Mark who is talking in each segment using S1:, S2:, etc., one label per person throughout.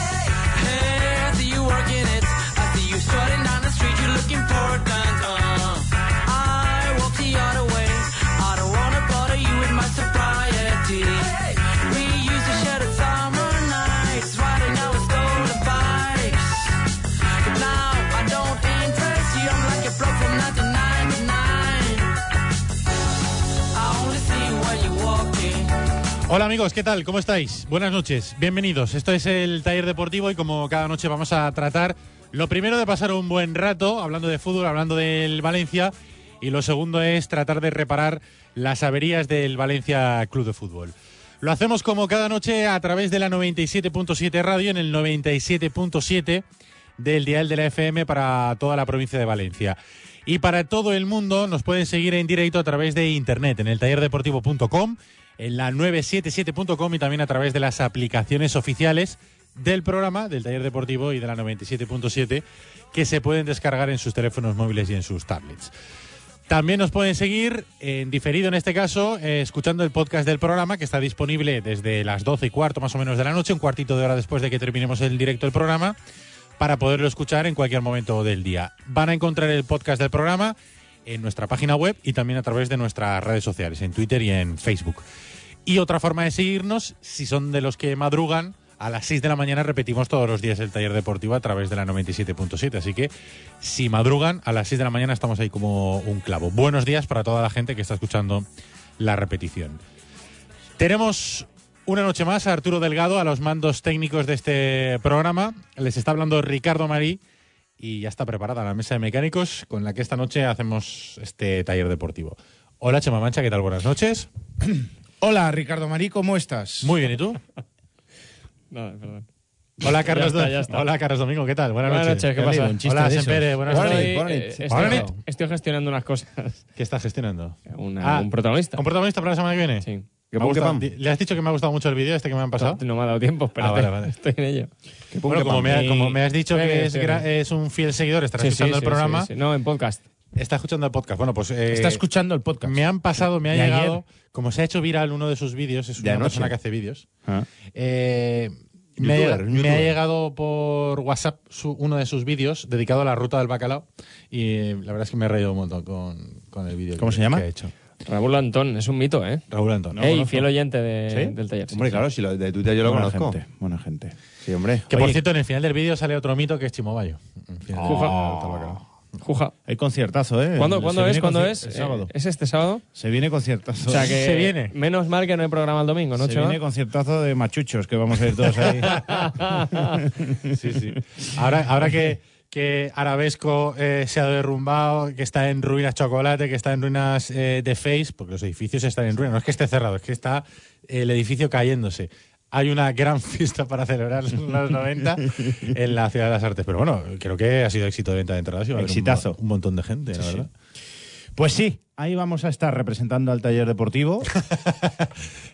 S1: I see you working it. I see you strutting down the street. You're looking for a gun. Uh, I walk the other way. I don't wanna bother you with my sobriety. We used to share the summer nights, riding our stolen bikes. But now I don't impress you. I'm like a bloke from 1999. I only see you when you're walking.
S2: Hola amigos, ¿qué tal? ¿Cómo estáis? Buenas noches, bienvenidos. Esto es el taller deportivo y como cada noche vamos a tratar lo primero de pasar un buen rato hablando de fútbol, hablando del Valencia y lo segundo es tratar de reparar las averías del Valencia Club de Fútbol. Lo hacemos como cada noche a través de la 97.7 radio en el 97.7 del dial de la FM para toda la provincia de Valencia. Y para todo el mundo nos pueden seguir en directo a través de internet en el tallerdeportivo.com, en la 977.com y también a través de las aplicaciones oficiales del programa del taller deportivo y de la 97.7 que se pueden descargar en sus teléfonos móviles y en sus tablets. También nos pueden seguir en diferido en este caso, eh, escuchando el podcast del programa que está disponible desde las 12 y cuarto más o menos de la noche, un cuartito de hora después de que terminemos el directo del programa, para poderlo escuchar en cualquier momento del día. Van a encontrar el podcast del programa en nuestra página web y también a través de nuestras redes sociales, en Twitter y en Facebook. Y otra forma de seguirnos, si son de los que madrugan, a las 6 de la mañana repetimos todos los días el taller deportivo a través de la 97.7. Así que si madrugan, a las 6 de la mañana estamos ahí como un clavo. Buenos días para toda la gente que está escuchando la repetición. Tenemos una noche más a Arturo Delgado, a los mandos técnicos de este programa. Les está hablando Ricardo Marí y ya está preparada la mesa de mecánicos con la que esta noche hacemos este taller deportivo. Hola Chema Mancha, ¿qué tal? Buenas noches.
S3: Hola, Ricardo Marí, ¿cómo estás?
S2: Muy bien, ¿y tú?
S4: No, perdón.
S2: Hola Carlos,
S4: está,
S2: Do-
S4: ya está.
S2: Hola Carlos Domingo, ¿qué tal? Buenas,
S4: Buenas noches, ¿qué
S3: Ya
S4: pasa?
S3: digo, un chiste
S2: Hola
S3: de esos.
S2: Semper, buenas
S3: Buenas
S2: noches.
S3: noches. Buenas
S4: eh,
S3: noches.
S4: estoy,
S2: Buenas noches.
S4: estoy gestionando unas cosas.
S2: ¿Qué estás gestionando?
S4: Una-
S2: Ah,
S4: un protagonista.
S2: ¿Un protagonista para la semana que viene?
S4: Sí.
S2: Me ha gustado- di- ¿Le has dicho que me ha gustado mucho el vídeo este que me han pasado?
S4: No me ha dado tiempo, espérate.
S2: Ah, vale, vale.
S4: Estoy en ello.
S2: Bueno, como me, ha- como me has dicho
S4: Sí,
S2: que es,
S4: sí,
S2: gra-
S4: sí.
S2: es un fiel seguidor, estará
S4: Sí, sí,
S2: escuchando
S4: sí,
S2: el programa,
S4: sí, sí. No, en podcast.
S2: está escuchando el podcast. Bueno, pues... eh,
S3: Está escuchando el podcast.
S2: Me han pasado, me ha
S3: De ayer.
S2: llegado, como se ha hecho viral uno de sus vídeos, es una
S3: De anoche. Ah.
S2: persona que hace vídeos, eh, me, ha
S3: Youtuber,
S2: llegado-
S3: un
S2: me ha
S3: youtuber.
S2: llegado por WhatsApp su- uno de sus vídeos dedicado a la ruta del bacalao y eh, la verdad es que me he reído un montón con, con el vídeo
S3: ¿Cómo
S2: que-
S3: se llama?
S2: que ha hecho.
S4: Raúl Antón, es un mito, ¿eh?
S2: Raúl Antón.
S4: Ey, fiel oyente de-
S2: ¿Sí?
S4: del taller. sí,
S5: Hombre,
S4: sí.
S5: claro, si lo de Twitter yo lo
S3: buena
S5: conozco.
S3: gente, buena gente.
S5: Sí, hombre.
S2: Que por
S3: Oye.
S2: cierto, en el final del vídeo sale otro mito que es Chimobayo. En fin,
S3: Oh.
S4: Juja.
S3: Hay conciertazo, ¿eh?
S4: ¿Cuándo,
S3: Se
S4: cuándo
S3: viene
S4: es? ¿Cuándo
S3: conci-
S4: es?
S3: El
S4: Eh,
S3: sábado.
S4: ¿Es este sábado?
S3: Se viene conciertazo.
S4: O sea que
S2: Se viene.
S4: Menos mal que no hay programa el domingo, ¿no,
S3: se
S4: Chema?
S3: viene conciertazo de machuchos que vamos a ir todos ahí.
S2: sí, sí. Ahora, ahora que, que Arabesco eh, se ha derrumbado, que está en ruinas Chocolate, que está en ruinas eh, de Face, porque los edificios están en ruinas. No es que esté cerrado, es que está el edificio cayéndose. Hay una gran fiesta para celebrar los 90 en la Ciudad de las Artes. Pero bueno, creo que ha sido éxito de venta de entradas. y va a haber un mo-
S3: Exitazo.
S2: Un, montón de gente, la verdad.
S3: pues sí, ahí vamos a estar representando al taller deportivo.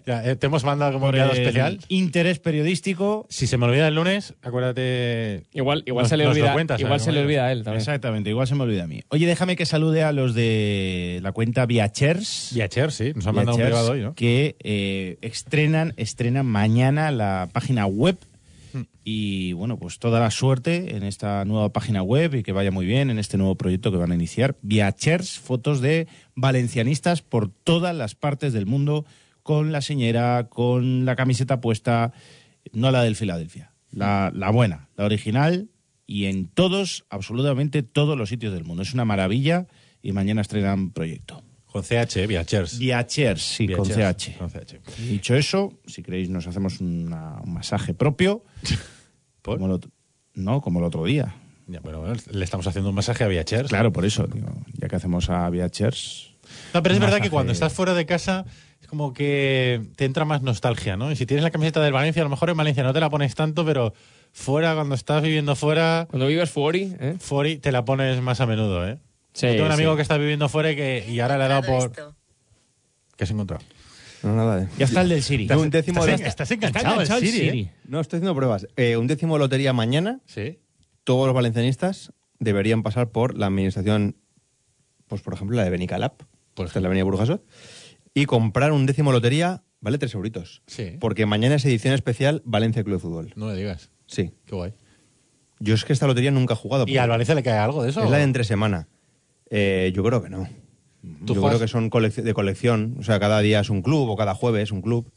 S2: Ya, eh, te hemos mandado como
S3: por
S2: enviado
S3: el
S2: especial.
S3: Interés periodístico.
S2: Si se me olvida el lunes, acuérdate.
S4: Igual, igual
S2: Nos-
S4: se le
S2: nos lo
S4: olvida,
S2: cuentas,
S4: igual se le
S2: además.
S4: olvida a él también.
S3: Exactamente, igual se me olvida a mí. Oye, déjame que salude a los de la cuenta Viachers.
S2: Viacher, sí, nos han mandado un
S3: Viachers,
S2: privado hoy, ¿no?
S3: que eh, estrenan, estrenan mañana la página web
S2: Hmm.
S3: Y bueno, pues toda la suerte en esta nueva página web y que vaya muy bien en este nuevo proyecto que van a iniciar. Viachers, fotos de valencianistas por todas las partes del mundo, con la señora, con la camiseta puesta, no la del Filadelfia, la, la buena, la original y en todos, absolutamente todos los sitios del mundo. Es una maravilla y mañana estrenan proyecto.
S2: Con CH, Viachers.
S3: Viachers, sí,
S2: Viachers,
S3: con
S2: Con
S3: CH.
S2: CH.
S3: Dicho eso, si queréis nos hacemos una- un masaje propio.
S2: ¿Por?
S3: Como el otro- no, como el otro día.
S2: Ya, bueno, bueno, le estamos haciendo un masaje a Viachers.
S3: Claro, por eso, digo, ya que hacemos a Viachers.
S2: No, pero es verdad que
S3: Masaje.
S2: cuando estás fuera de casa es como que te entra más nostalgia, ¿no? Y si tienes la camiseta del Valencia, a lo mejor en Valencia no te la pones tanto, pero fuera, cuando estás viviendo fuera,
S4: Cuando vives Fuori, ¿eh?
S2: fuori te la pones más a menudo, ¿eh?
S4: Sí,
S2: Yo tengo un amigo
S4: sí.
S2: que está viviendo fuera y, que, y ahora le ha dado por... ¿Qué has encontrado?
S5: No, nada. eh.
S3: Ya está el del Siri.
S5: Tengo un décimo
S2: Estás,
S5: de-
S2: en- estás enganchado, al Siri, ¿eh?
S5: No, estoy haciendo pruebas. Eh, un décimo de lotería mañana.
S2: Sí.
S5: Todos los valencianistas deberían pasar por la administración, pues por ejemplo, la de Benicalap,
S2: Por
S5: por esta es la avenida Burjasot, y comprar un décimo de lotería vale tres euritos.
S2: Sí.
S5: Porque mañana es edición especial Valencia Club de Fútbol.
S2: No me digas.
S5: Sí.
S2: Qué guay.
S5: Yo es que esta lotería nunca he jugado.
S2: ¿Y al Valencia le cae algo de eso?
S5: Es la de entre semana. Eh, yo creo que no.
S2: ¿Tú
S5: Yo
S2: juegas?
S5: creo que son colec- de colección. O sea, cada día es un club o cada jueves es un club.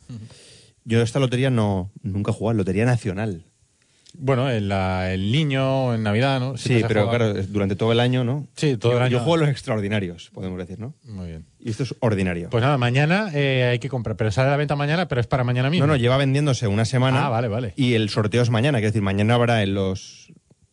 S5: Yo esta lotería no nunca he jugado. Lotería nacional.
S2: Bueno, en la- el niño, en Navidad, ¿no?
S5: Sí,
S2: Siempre se
S5: pero
S2: juega.
S5: claro, es durante todo el año, ¿no?
S2: pues Sí, todo
S5: Yo-
S2: el año.
S5: Yo juego los extraordinarios, podemos decir, ¿no?
S2: Muy bien.
S5: Y esto es ordinario.
S2: Pues nada, mañana eh, hay que comprar. Pero sale a la venta mañana, pero es para mañana mismo.
S5: no, no, lleva vendiéndose una semana.
S2: Ah, vale, vale.
S5: Y el sorteo es mañana, quiero decir, mañana habrá en los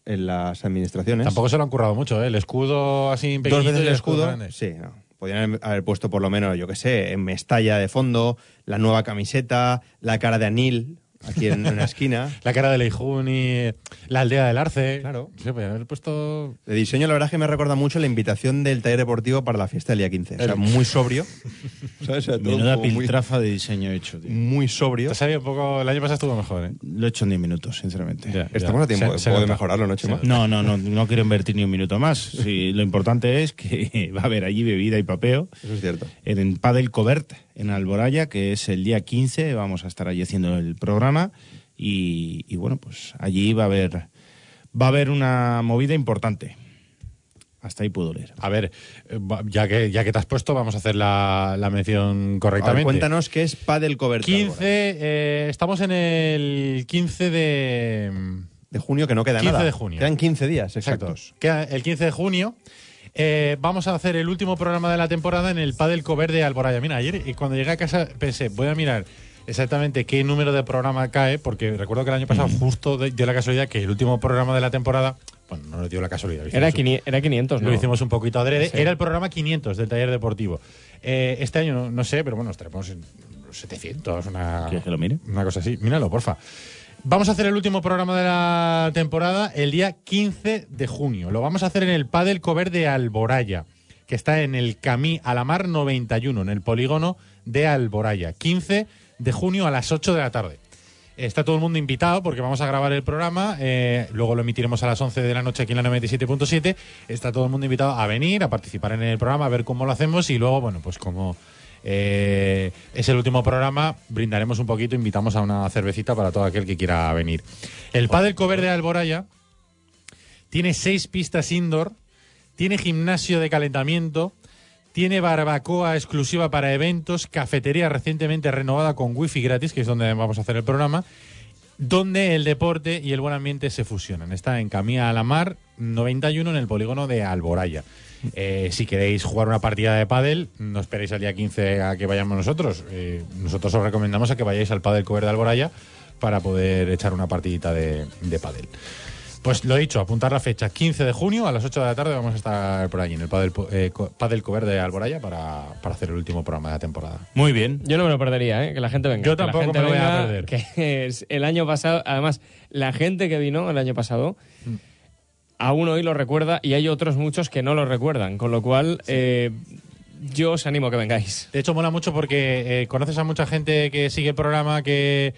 S5: en las administraciones.
S2: Tampoco se lo han currado mucho, ¿eh? El escudo así pequeñito
S5: dos veces
S2: y
S5: el escudo.
S2: grande.
S5: Sí, no. Podrían haber puesto por lo menos, yo qué sé, en Mestalla de fondo, la nueva camiseta, la cara de Anil aquí en una esquina.
S2: La cara de Leijuni, la aldea del Arce.
S5: Claro.
S2: Sí, podían haber puesto...
S5: De diseño, la verdad es que me recuerda mucho la invitación del taller deportivo para la fiesta del día 15. O sea,
S2: El-
S5: muy sobrio. ¿Sabes? O sea, todo
S3: Menuda
S5: como muy,
S3: piltrafa de diseño hecho, tío.
S5: muy sobrio.
S2: Te salió un poco... El año pasado estuvo mejor, ¿eh?
S3: Lo he hecho en 10 minutos, sinceramente.
S2: Ya, ya.
S5: Estamos a tiempo eh,
S2: Se-
S5: de-
S2: se
S5: puedo de
S2: nota.
S5: mejorarlo, ¿no, Chema?
S3: No, no, no, no quiero invertir ni un minuto más. Sí, lo importante es que va a haber allí bebida y papeo.
S5: Eso es cierto.
S3: en el Padel Covert, en Alboraya, que es el día 15, vamos a estar allí haciendo el programa y, y, bueno, pues allí va a haber va a haber una movida importante. Hasta ahí puedo leer.
S2: A ver, eh, va- ya que, ya que te has puesto, vamos a hacer la, la mención
S5: A ver,
S2: correctamente.
S5: cuéntanos qué es Padel Cobertor.
S2: 15... eh, estamos en el 15 de...
S5: De junio que no queda
S2: 15
S5: nada.
S2: de junio.
S5: Quedan 15 días
S2: Exacto.
S5: exactos.
S2: Queda el 15 de junio. Eh, vamos a hacer el último programa de la temporada en el Padel Cover de Alboraya. Mira, ayer eh, cuando llegué a casa pensé, voy a mirar exactamente qué número de programa cae, porque recuerdo que el año pasado justo de- dio la casualidad que el último programa de la temporada, bueno, no nos dio la casualidad. lo
S4: Era,
S2: hicimos un-
S4: quini- era 500, ¿no?
S2: Lo hicimos un poquito adrede.
S4: Sí.
S2: Era el programa 500 del taller deportivo. Eh, este año no, no sé, pero bueno, estaremos en 700, una,
S3: ¿Quieres que lo mire?
S2: una cosa así. Míralo, porfa. Vamos a hacer el último programa de la temporada el día 15 de junio. Lo vamos a hacer en el Padel Cover de Alboraya, que está en el Camí Alamar 91, en el polígono de Alboraya. 15 de junio a las 8 de la tarde. Está todo el mundo invitado porque vamos a grabar el programa. eh, luego lo emitiremos a las 11 de la noche aquí en la 97.7. Está todo el mundo invitado a venir, a participar en el programa, a ver cómo lo hacemos. Y luego, bueno, pues como eh, es el último programa, brindaremos un poquito, invitamos a una cervecita para todo aquel que quiera venir. El Padel Cover de Alboraya tiene seis pistas indoor, tiene gimnasio de calentamiento, tiene barbacoa exclusiva para eventos, cafetería recientemente renovada con wifi gratis, que es donde vamos a hacer el programa, donde el deporte y el buen ambiente se fusionan. Está en Camilla a la Mar 91 en el polígono de Alboraya. Eh, si queréis jugar una partida de pádel, no esperéis al día 15 a que vayamos nosotros. Eh, nosotros os recomendamos a que vayáis al pádel cover de Alboraya para poder echar una partidita de, de pádel. Pues lo dicho, apuntar la fecha, 15 de junio a las 8 de la tarde vamos a estar por allí en el Padel, Po- eh, Co- Padel Cover de Alboraya para, para hacer el último programa de la temporada.
S3: Muy bien.
S4: Yo no me lo perdería, ¿eh? que la gente venga.
S2: Yo
S4: que la
S2: tampoco
S4: gente
S2: me lo voy a
S4: venga,
S2: perder.
S4: Que es el año pasado, además, la gente que vino el año pasado,
S2: Mm.
S4: aún hoy lo recuerda y hay otros muchos que no lo recuerdan, con lo cual eh, yo os animo a que vengáis.
S2: De hecho, mola mucho porque eh, conoces a mucha gente que sigue el programa que,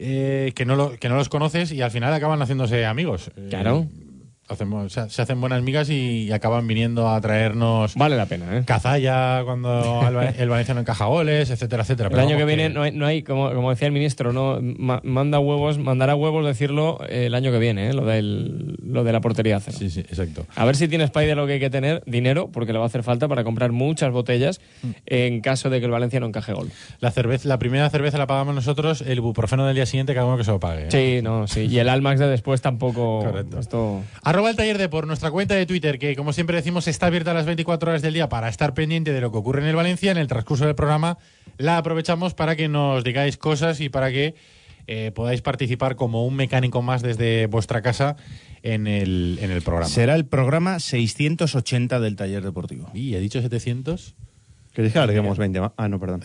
S2: eh, que, no lo- que no los conoces y al final acaban haciéndose amigos. Eh,
S4: Claro.
S2: Hacemos, o sea, se hacen buenas migas y, y acaban viniendo a traernos
S4: Vale la pena, ¿eh?
S2: Cazalla cuando el, Va- el Valencia no encaja goles, etcétera, etcétera.
S4: El
S2: Pero
S4: año
S2: vamos,
S4: que viene no hay, no hay- como, como decía el ministro, no ma- manda huevos, mandará huevos decirlo eh, el año que viene, ¿eh? lo, del, lo de la portería cero.
S2: Sí, sí, exacto.
S4: A ver si tiene Spider lo que hay que tener, dinero, porque le va a hacer falta para comprar muchas botellas en caso de que el Valencia no encaje gol.
S2: La cerveza, la primera cerveza la pagamos nosotros, el buprofeno del día siguiente cada uno que se lo pague. ¿eh?
S4: Sí, no, sí. Y el Almax de después tampoco.
S2: Correcto.
S4: Esto...
S2: Arroba el taller de por nuestra cuenta de Twitter, que como siempre decimos está abierta a las 24 horas del día para estar pendiente de lo que ocurre en el Valencia. En el transcurso del programa la aprovechamos para que nos digáis cosas y para que eh, podáis participar como un mecánico más desde vuestra casa en el, en el programa.
S3: Será el programa 680 del taller deportivo.
S2: Y he dicho 700.
S5: ¿Queréis que alarguemos 20 más? Ah, no, perdón.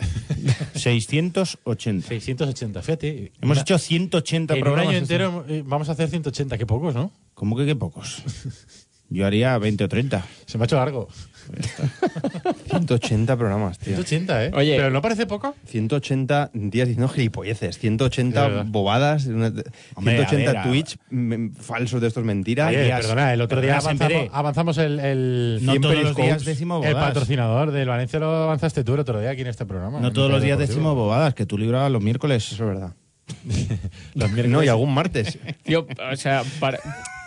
S3: 680.
S2: 680, fíjate.
S3: Hemos
S2: Una-
S3: hecho 180
S2: en un
S3: programas.
S2: año
S3: este.
S2: entero eh, vamos a hacer 180, qué pocos, ¿no?
S3: ¿Cómo que qué pocos? Yo haría 20 o 30.
S2: Se me ha hecho largo.
S5: 180 programas, tío.
S2: 180, ¿eh?
S4: Oye.
S2: ¿Pero no parece poco?
S5: 180 días diciendo gilipolleces, 180
S2: Es verdad.
S5: bobadas, una-
S3: Hombre,
S5: 180
S3: a ver, a-
S5: Twitch mm, falsos de estos mentiras.
S2: Oye,
S3: días.
S2: perdona, el otro día
S3: Apenas
S2: avanzamos,
S3: enteré.
S2: avanzamos el, el,
S3: No
S2: el
S3: todos los
S2: periscope.
S3: días decimos
S2: El
S3: bobadas.
S2: patrocinador del Valencia lo avanzaste tú el otro día aquí en este programa.
S3: No
S2: en
S3: todos
S2: el
S3: los días
S2: Deportivo.
S3: decimos bobadas, que tú librabas los miércoles.
S5: Eso es verdad.
S2: Los miércoles.
S5: No, y algún martes.
S4: Tío, o sea, para,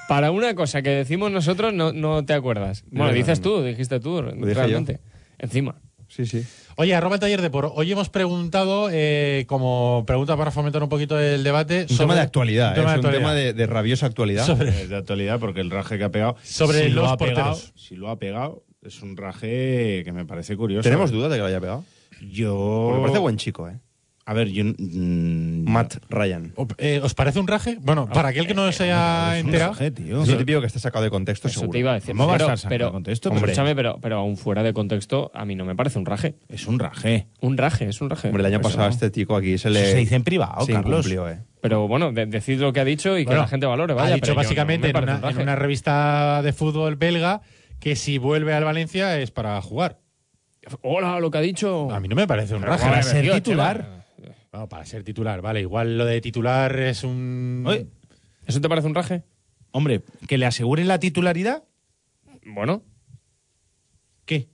S4: para una cosa que decimos nosotros no, no te acuerdas. Bueno,
S5: No,
S4: dices
S5: no,
S4: tú, dijiste tú,
S5: dije yo.
S4: realmente. Encima.
S5: Sí, sí.
S2: Oye, arroba el taller de por. Hoy hemos preguntado, eh, como pregunta para fomentar un poquito el debate.
S5: Un tema de actualidad,
S2: un
S5: ¿eh?
S2: tema de
S5: es un
S2: actualidad.
S5: tema de, de rabiosa actualidad.
S2: Sobre-
S3: Es de actualidad porque el raje que ha pegado.
S2: Sobre
S3: si
S2: los
S3: lo ha pegado,
S2: porteros.
S3: Si lo ha pegado, es un raje que me parece curioso.
S5: Tenemos dudas de que lo haya pegado.
S3: Yo.
S5: Porque
S2: Oh.
S5: parece buen chico, ¿eh?
S3: A ver, yo. mm,
S5: Matt Ryan.
S2: O- eh, ¿Os parece un raje? Bueno, para aquel que no se haya
S3: Ah, eh, es un
S2: enterado.
S3: raje, tío.
S5: Es lo típico que está sacado de contexto,
S4: Eso
S5: seguro.
S4: te iba a decir.
S3: ¿Cómo va a
S4: pero,
S3: estar sacado de
S4: pero-
S3: contexto?
S4: hombre,
S3: Hombre.
S4: escúchame, pero, pero aún fuera de contexto, a mí no me parece un raje.
S3: Es un raje.
S4: Un raje, es un raje.
S5: Hombre, el año
S4: Eso
S5: pasado
S4: no.
S5: este chico aquí se
S3: Eso
S5: le...
S3: se dice en privado,
S5: se
S3: Carlos.
S5: incumplió, ¿eh?
S4: Pero bueno, de- decid lo que ha dicho y que
S2: Bueno,
S4: la gente valore. Vaya,
S2: ha dicho
S4: pero yo no
S2: básicamente
S4: me
S2: en,
S4: parece
S2: una,
S4: un raje.
S2: en una revista de fútbol belga que si vuelve al Valencia es para jugar.
S4: Hola, lo que ha dicho.
S2: A mí no me parece un raje.
S3: Para
S4: Joder,
S3: ser
S4: tío,
S3: titular.
S2: Bueno, para ser titular, vale. Igual lo de titular es un.
S5: Mm.
S3: Oye,
S4: ¿Eso te parece un raje?
S3: hombre, que le aseguren la titularidad.
S4: Bueno,
S3: ¿Qué?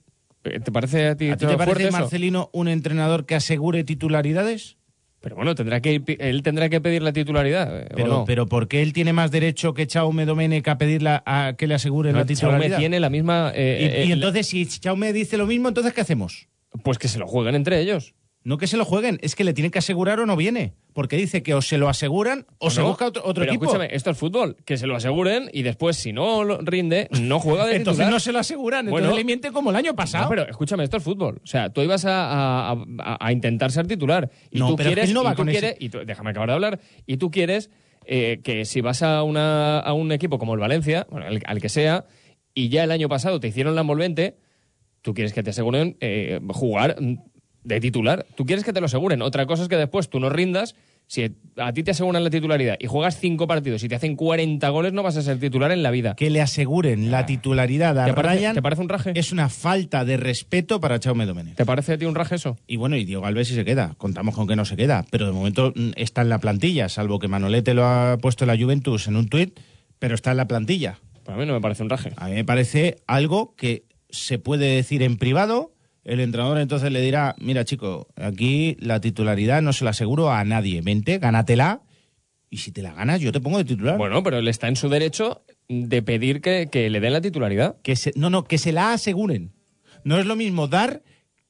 S4: eh, ¿te parece a ti,
S3: ¿A ti te
S4: fuerte
S3: parece,
S4: eso?
S3: Marcelino, un entrenador que asegure titularidades?
S4: Pero bueno, tendrá que ir pi- él tendrá que pedir la titularidad. eh, ¿o
S3: Pero,
S4: no?
S3: pero ¿por qué él tiene más derecho que Chaume Domenech a pedirle a que le asegure
S4: No,
S3: la
S4: Chaume
S3: titularidad?
S4: tiene la misma. eh,
S3: Y-
S4: eh,
S3: y
S4: eh,
S3: entonces, si Chaume dice lo mismo, entonces ¿qué hacemos?
S4: Pues que se lo jueguen entre ellos.
S3: No que se lo jueguen, es que le tienen que asegurar o no viene. Porque dice que o se lo aseguran o, se
S4: no?
S3: busca otro, otro
S4: Pero
S3: equipo.
S4: Escúchame, esto es fútbol. Que se lo aseguren y después, si no lo rinde, no juega de
S3: entonces
S4: titular.
S3: no se lo aseguran,
S4: Bueno.
S3: entonces le miente como el año pasado.
S4: No, pero escúchame, esto es fútbol. O sea, tú ibas a, a- a- a intentar ser titular. Y
S3: No,
S4: tú
S3: pero es que
S4: quieres,
S3: él no
S4: y
S3: va
S4: tú
S3: con
S4: quieres-
S3: ese-
S4: y tú- déjame acabar de hablar. Y tú quieres eh, que si vas a, una- a un equipo como el Valencia, bueno, al, al que sea, y ya el año pasado te hicieron la envolvente, tú quieres que te aseguren eh, jugar mm, de titular. Tú quieres que te lo aseguren. Otra cosa es que después tú no rindas. Si a ti te aseguran la titularidad y juegas cinco partidos y te hacen 40 goles, no vas a ser titular en la vida.
S3: Que le aseguren la titularidad a
S4: ¿Te parece-
S3: Ryan
S4: te parece un raje?
S3: es una falta de respeto para Chaume Domenech.
S4: ¿Te parece a ti un raje eso?
S3: Y bueno, y Diego Galvez si se queda. Contamos con que no se queda. Pero de momento mm, está en la plantilla, salvo que Manolete lo ha puesto la Juventus en un tuit, pero está en la plantilla.
S4: Para mí no me parece un raje.
S3: A mí me parece algo que se puede decir en privado. El entrenador entonces le dirá, mira chico, aquí la titularidad no se la aseguro a nadie. Vente, gánatela. Y si te la ganas, yo te pongo de titular.
S4: Bueno, pero él está en su derecho de pedir que, que le den la titularidad.
S3: Que se, no, no, que se la aseguren. No es lo mismo dar...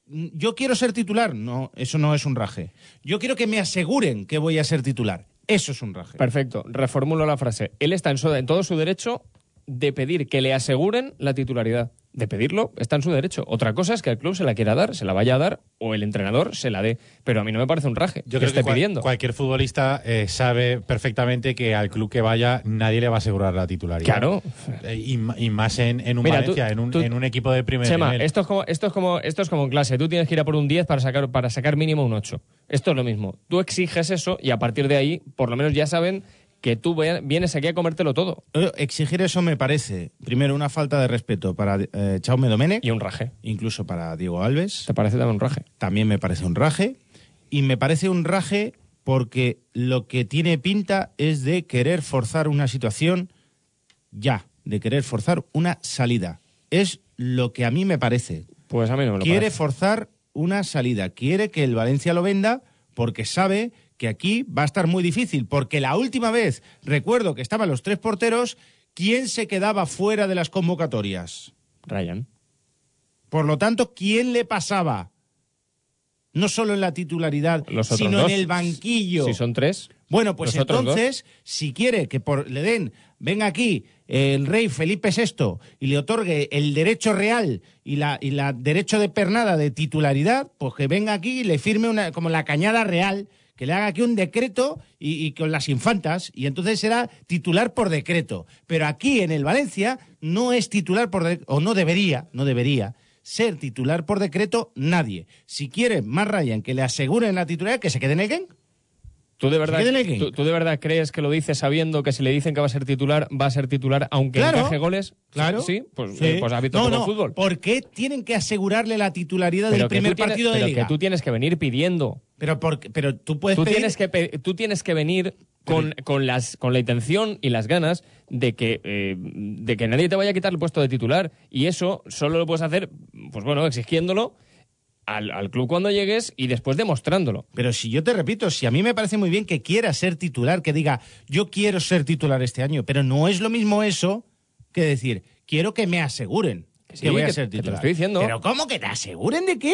S3: mm, Yo quiero ser titular. No, eso no es un raje. Yo quiero que me aseguren que voy a ser titular. Eso es un raje.
S4: Perfecto, reformulo la frase. Él está en, su- en todo su derecho de pedir que le aseguren la titularidad. De pedirlo, está en su derecho. Otra cosa es que el club se la quiera dar, se la vaya a dar, o el entrenador se la dé. Pero a mí no me parece un raje
S2: Yo
S4: que
S2: creo
S4: esté
S2: que cual-
S4: pidiendo.
S2: cualquier futbolista eh, sabe perfectamente que al club que vaya nadie le va a asegurar la titularidad.
S4: Claro.
S2: Eh, y, ma- y más en, en un
S4: Mira, tú-
S2: Valencia, en, un,
S4: tú-
S2: en un equipo de primer
S4: Chema,
S2: nivel.
S4: esto es, como, esto, es como, esto es como en clase. Tú tienes que ir a por un 10 para sacar, para sacar mínimo un 8. Esto es lo mismo. Tú exiges eso y a partir de ahí, por lo menos ya saben que tú ve- vienes aquí a comértelo todo.
S3: Eh, Exigir eso me parece, primero, una falta de respeto para eh, Chaume Domenech,
S4: Y un raje.
S3: incluso para Diego Alves.
S4: ¿Te parece también un raje?
S3: también me parece un raje. Y me parece un raje porque lo que tiene pinta es de querer forzar una situación ya. de querer forzar una salida. Es lo que a mí me parece.
S4: Pues a mí no me lo
S3: Quiere
S4: parece.
S3: forzar una salida, quiere que el Valencia lo venda porque sabe que aquí va a estar muy difícil, porque la última vez, recuerdo que estaban los tres porteros, ¿quién se quedaba fuera de las convocatorias?
S4: Ryan.
S3: Por lo tanto, ¿quién le pasaba? No solo en la titularidad,
S4: Los otros
S3: sino
S4: dos.
S3: en el banquillo.
S4: Si son tres.
S3: Bueno, pues
S4: Los otros
S3: entonces, si quiere que por, le den, venga aquí el rey Felipe VI y le otorgue el derecho real y la, y la derecho de pernada de titularidad, pues que venga aquí y le firme una, como la cañada real, que le haga aquí un decreto y, y con las infantas, y entonces será titular por decreto. Pero aquí en el Valencia no es titular por de- o no debería, no debería ser titular por decreto nadie. Si quiere más Ryan que le aseguren la titularidad, que se quede en el gang.
S4: ¿Tú de, verdad,
S3: queda en el game.
S4: tú, tú de verdad crees que lo dices sabiendo que si le dicen que va a ser titular, va a ser titular aunque
S3: Claro.
S4: encaje goles?
S3: Claro.
S4: Sí, pues,
S3: Sí.
S4: eh, pues has visto
S3: no,
S4: poco
S3: no,
S4: fútbol.
S3: ¿Por qué tienen que asegurarle la titularidad
S4: Pero
S3: del
S4: que tú
S3: primer
S4: tienes-
S3: partido de
S4: pero
S3: liga? Este
S4: que tú tienes que venir pidiendo.
S3: Pero, por qué- pero tú puedes
S4: Tú
S3: pedir-
S4: tienes, que, pe- tú tienes que venir con, con, las, con la intención y las ganas de que, eh, de que nadie te vaya a quitar el puesto de titular. Y eso solo lo puedes hacer, pues bueno, exigiéndolo al, al club cuando llegues y después demostrándolo.
S3: Pero si yo te repito, si a mí me parece muy bien que quiera ser titular, que diga, yo quiero ser titular este año, pero no es lo mismo eso que decir, quiero que me aseguren que,
S4: Que sí,
S3: voy a
S4: que-
S3: ser
S4: que te lo
S3: titular.
S4: estoy diciendo.
S3: ¿Pero cómo que te aseguren de qué?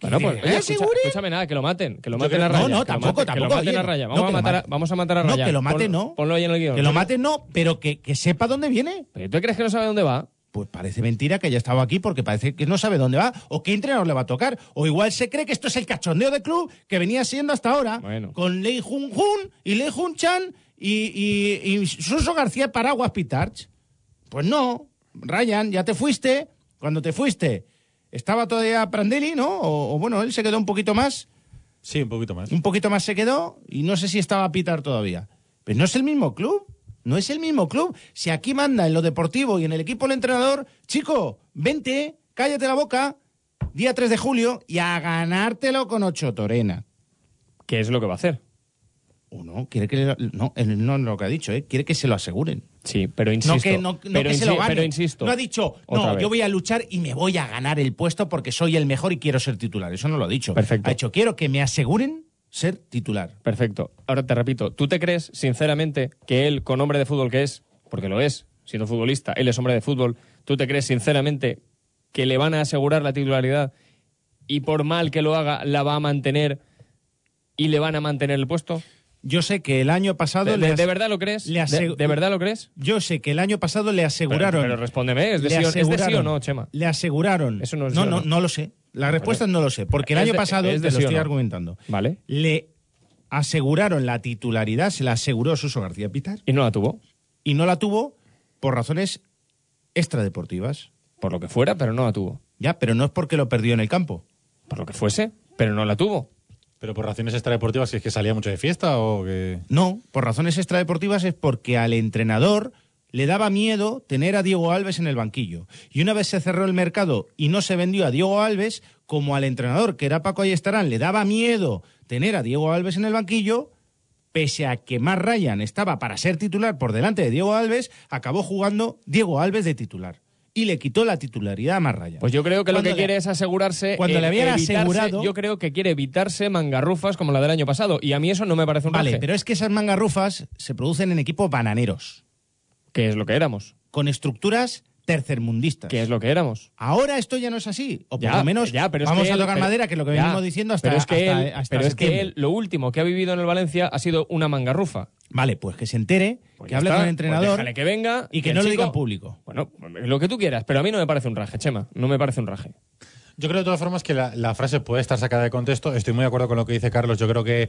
S4: Bueno,
S3: ¿Que
S4: pues,
S3: de
S4: oye,
S3: verdad
S4: escucha-
S3: aseguren?
S4: escúchame nada, que lo maten, que lo
S3: Yo
S4: maten
S3: creo-
S4: a Raya.
S3: No, no,
S4: que lo
S3: tampoco,
S4: maten, que lo
S3: tampoco,
S4: maten a
S3: oye,
S4: Raya.
S3: no,
S4: Vamos,
S3: que
S4: a
S3: lo
S4: matar a,
S3: maten.
S4: vamos a matar a
S3: No,
S4: Raya.
S3: que lo maten,
S4: Ponlo-
S3: no.
S4: Ponlo ahí en el guión.
S3: Que lo mate no, pero que, que sepa dónde viene.
S4: ¿Pero tú crees que no sabe dónde va?
S3: Pues parece mentira que haya estado aquí porque parece que no sabe dónde va o qué entrenador le va a tocar. O igual se cree que esto es el cachondeo de club que venía siendo hasta ahora
S4: Bueno.
S3: con Lei Jun Jun y Lei Jun Chan y, y, y Suso García Paraguas Pitarch. Pues no, Ryan, ya te fuiste. Cuando te fuiste, estaba todavía Prandelli, ¿no? O, o bueno, él se quedó un poquito más.
S2: Sí, un poquito más.
S3: Un poquito más se quedó y no sé si estaba Pitar todavía. Pero no es el mismo club. No es el mismo club. Si aquí manda en lo deportivo y en el equipo el entrenador, chico, vente, cállate la boca, día 3 de julio y a ganártelo con ocho torena.
S4: ¿Qué es lo que va a hacer?
S3: Uno quiere que le- no, él no es lo que ha dicho, ¿eh? quiere que se lo aseguren.
S4: Sí, pero insisto.
S3: No que, no, no
S4: pero,
S3: que se
S4: insi-
S3: lo gane.
S4: pero insisto.
S3: No ha dicho,
S4: Otra
S3: no,
S4: vez.
S3: yo voy a luchar y me voy a ganar el puesto porque soy el mejor y quiero ser titular. Eso no lo ha dicho.
S4: Perfecto.
S3: Ha dicho, quiero que me aseguren ser titular.
S4: Perfecto. Ahora te repito, ¿tú te crees, sinceramente, que él, con hombre de fútbol que es, porque lo es, siendo futbolista, él es hombre de fútbol, ¿tú te crees, sinceramente, que le van a asegurar la titularidad y por mal que lo haga, la va a mantener y le van a mantener el puesto?
S3: Yo sé que el año pasado.
S4: ¿De,
S3: le
S4: de-
S3: as-
S4: de verdad lo crees?
S3: le
S4: ¿De,
S3: asegu-
S4: de verdad lo crees?
S3: Yo sé que el año pasado le
S4: Pero,
S3: aseguraron.
S4: pero respóndeme, ¿es de,
S3: le
S4: sí o, ¿es de sí o
S3: aseguraron-
S4: no, Chema?
S3: Le aseguraron.
S4: Eso no es
S3: no,
S4: sí o
S3: no,
S4: no.
S3: no lo sé. La respuesta no lo sé, porque el
S4: Es
S3: año
S4: de-
S3: pasado,
S4: es de
S3: te lo
S4: sí o
S3: estoy
S4: no.
S3: argumentando,
S4: Vale.
S3: le aseguraron la titularidad, se la aseguró Suso García Pitar,
S4: Y no la tuvo,
S3: y no la tuvo por razones extradeportivas.
S4: por lo que fuera, pero no la tuvo.
S3: Ya, pero no es porque lo perdió en el campo.
S4: Por lo que fuese, pero no la tuvo.
S2: Pero por razones extradeportivas, si es que salía mucho de fiesta o que...
S3: No, por razones extradeportivas es porque al entrenador le daba miedo tener a Diego Alves en el banquillo. Y una vez se cerró el mercado y no se vendió a Diego Alves, como al entrenador, que era Paco Ayestarán, le daba miedo tener a Diego Alves en el banquillo, pese a que Mar Ryan estaba para ser titular por delante de Diego Alves, acabó jugando Diego Alves de titular. Y le quitó la titularidad a Mar Ryan.
S4: Pues yo creo que lo
S3: Cuando
S4: que
S3: le-
S4: quiere es asegurarse.
S3: cuando
S4: el
S3: le habían
S4: evitarse-
S3: asegurado-
S4: Yo creo que quiere evitarse mangarrufas como la del año pasado. Y a mí eso no me parece un
S3: Vale,
S4: raje,
S3: pero es que esas mangarrufas se producen en equipos bananeros,
S4: Que es lo que éramos.
S3: con estructuras tercermundistas.
S4: Que es lo que éramos.
S3: Ahora esto ya no es así. O por
S4: Ya,
S3: lo menos
S4: ya, pero es
S3: vamos
S4: que
S3: a
S4: él-
S3: tocar
S4: pero-
S3: madera, que es lo que
S4: ya,
S3: venimos diciendo hasta.
S4: Pero es que,
S3: hasta-
S4: él,
S3: hasta
S4: pero es que
S3: septiembre.
S4: él, lo último que ha vivido en el Valencia ha sido una mangarrufa.
S3: Vale, pues que se entere,
S4: Pues
S3: que
S4: ya
S3: hable
S4: está,
S3: con el
S4: pues
S3: entrenador
S4: déjale que venga.
S3: y que
S4: el
S3: no lo
S4: chico-
S3: diga en público.
S4: Bueno, lo que tú quieras, pero a mí no me parece un raje, Chema. No me parece un raje.
S2: Yo creo de todas formas que la, la frase puede estar sacada de contexto. Estoy muy de acuerdo con lo que dice Carlos. Yo creo que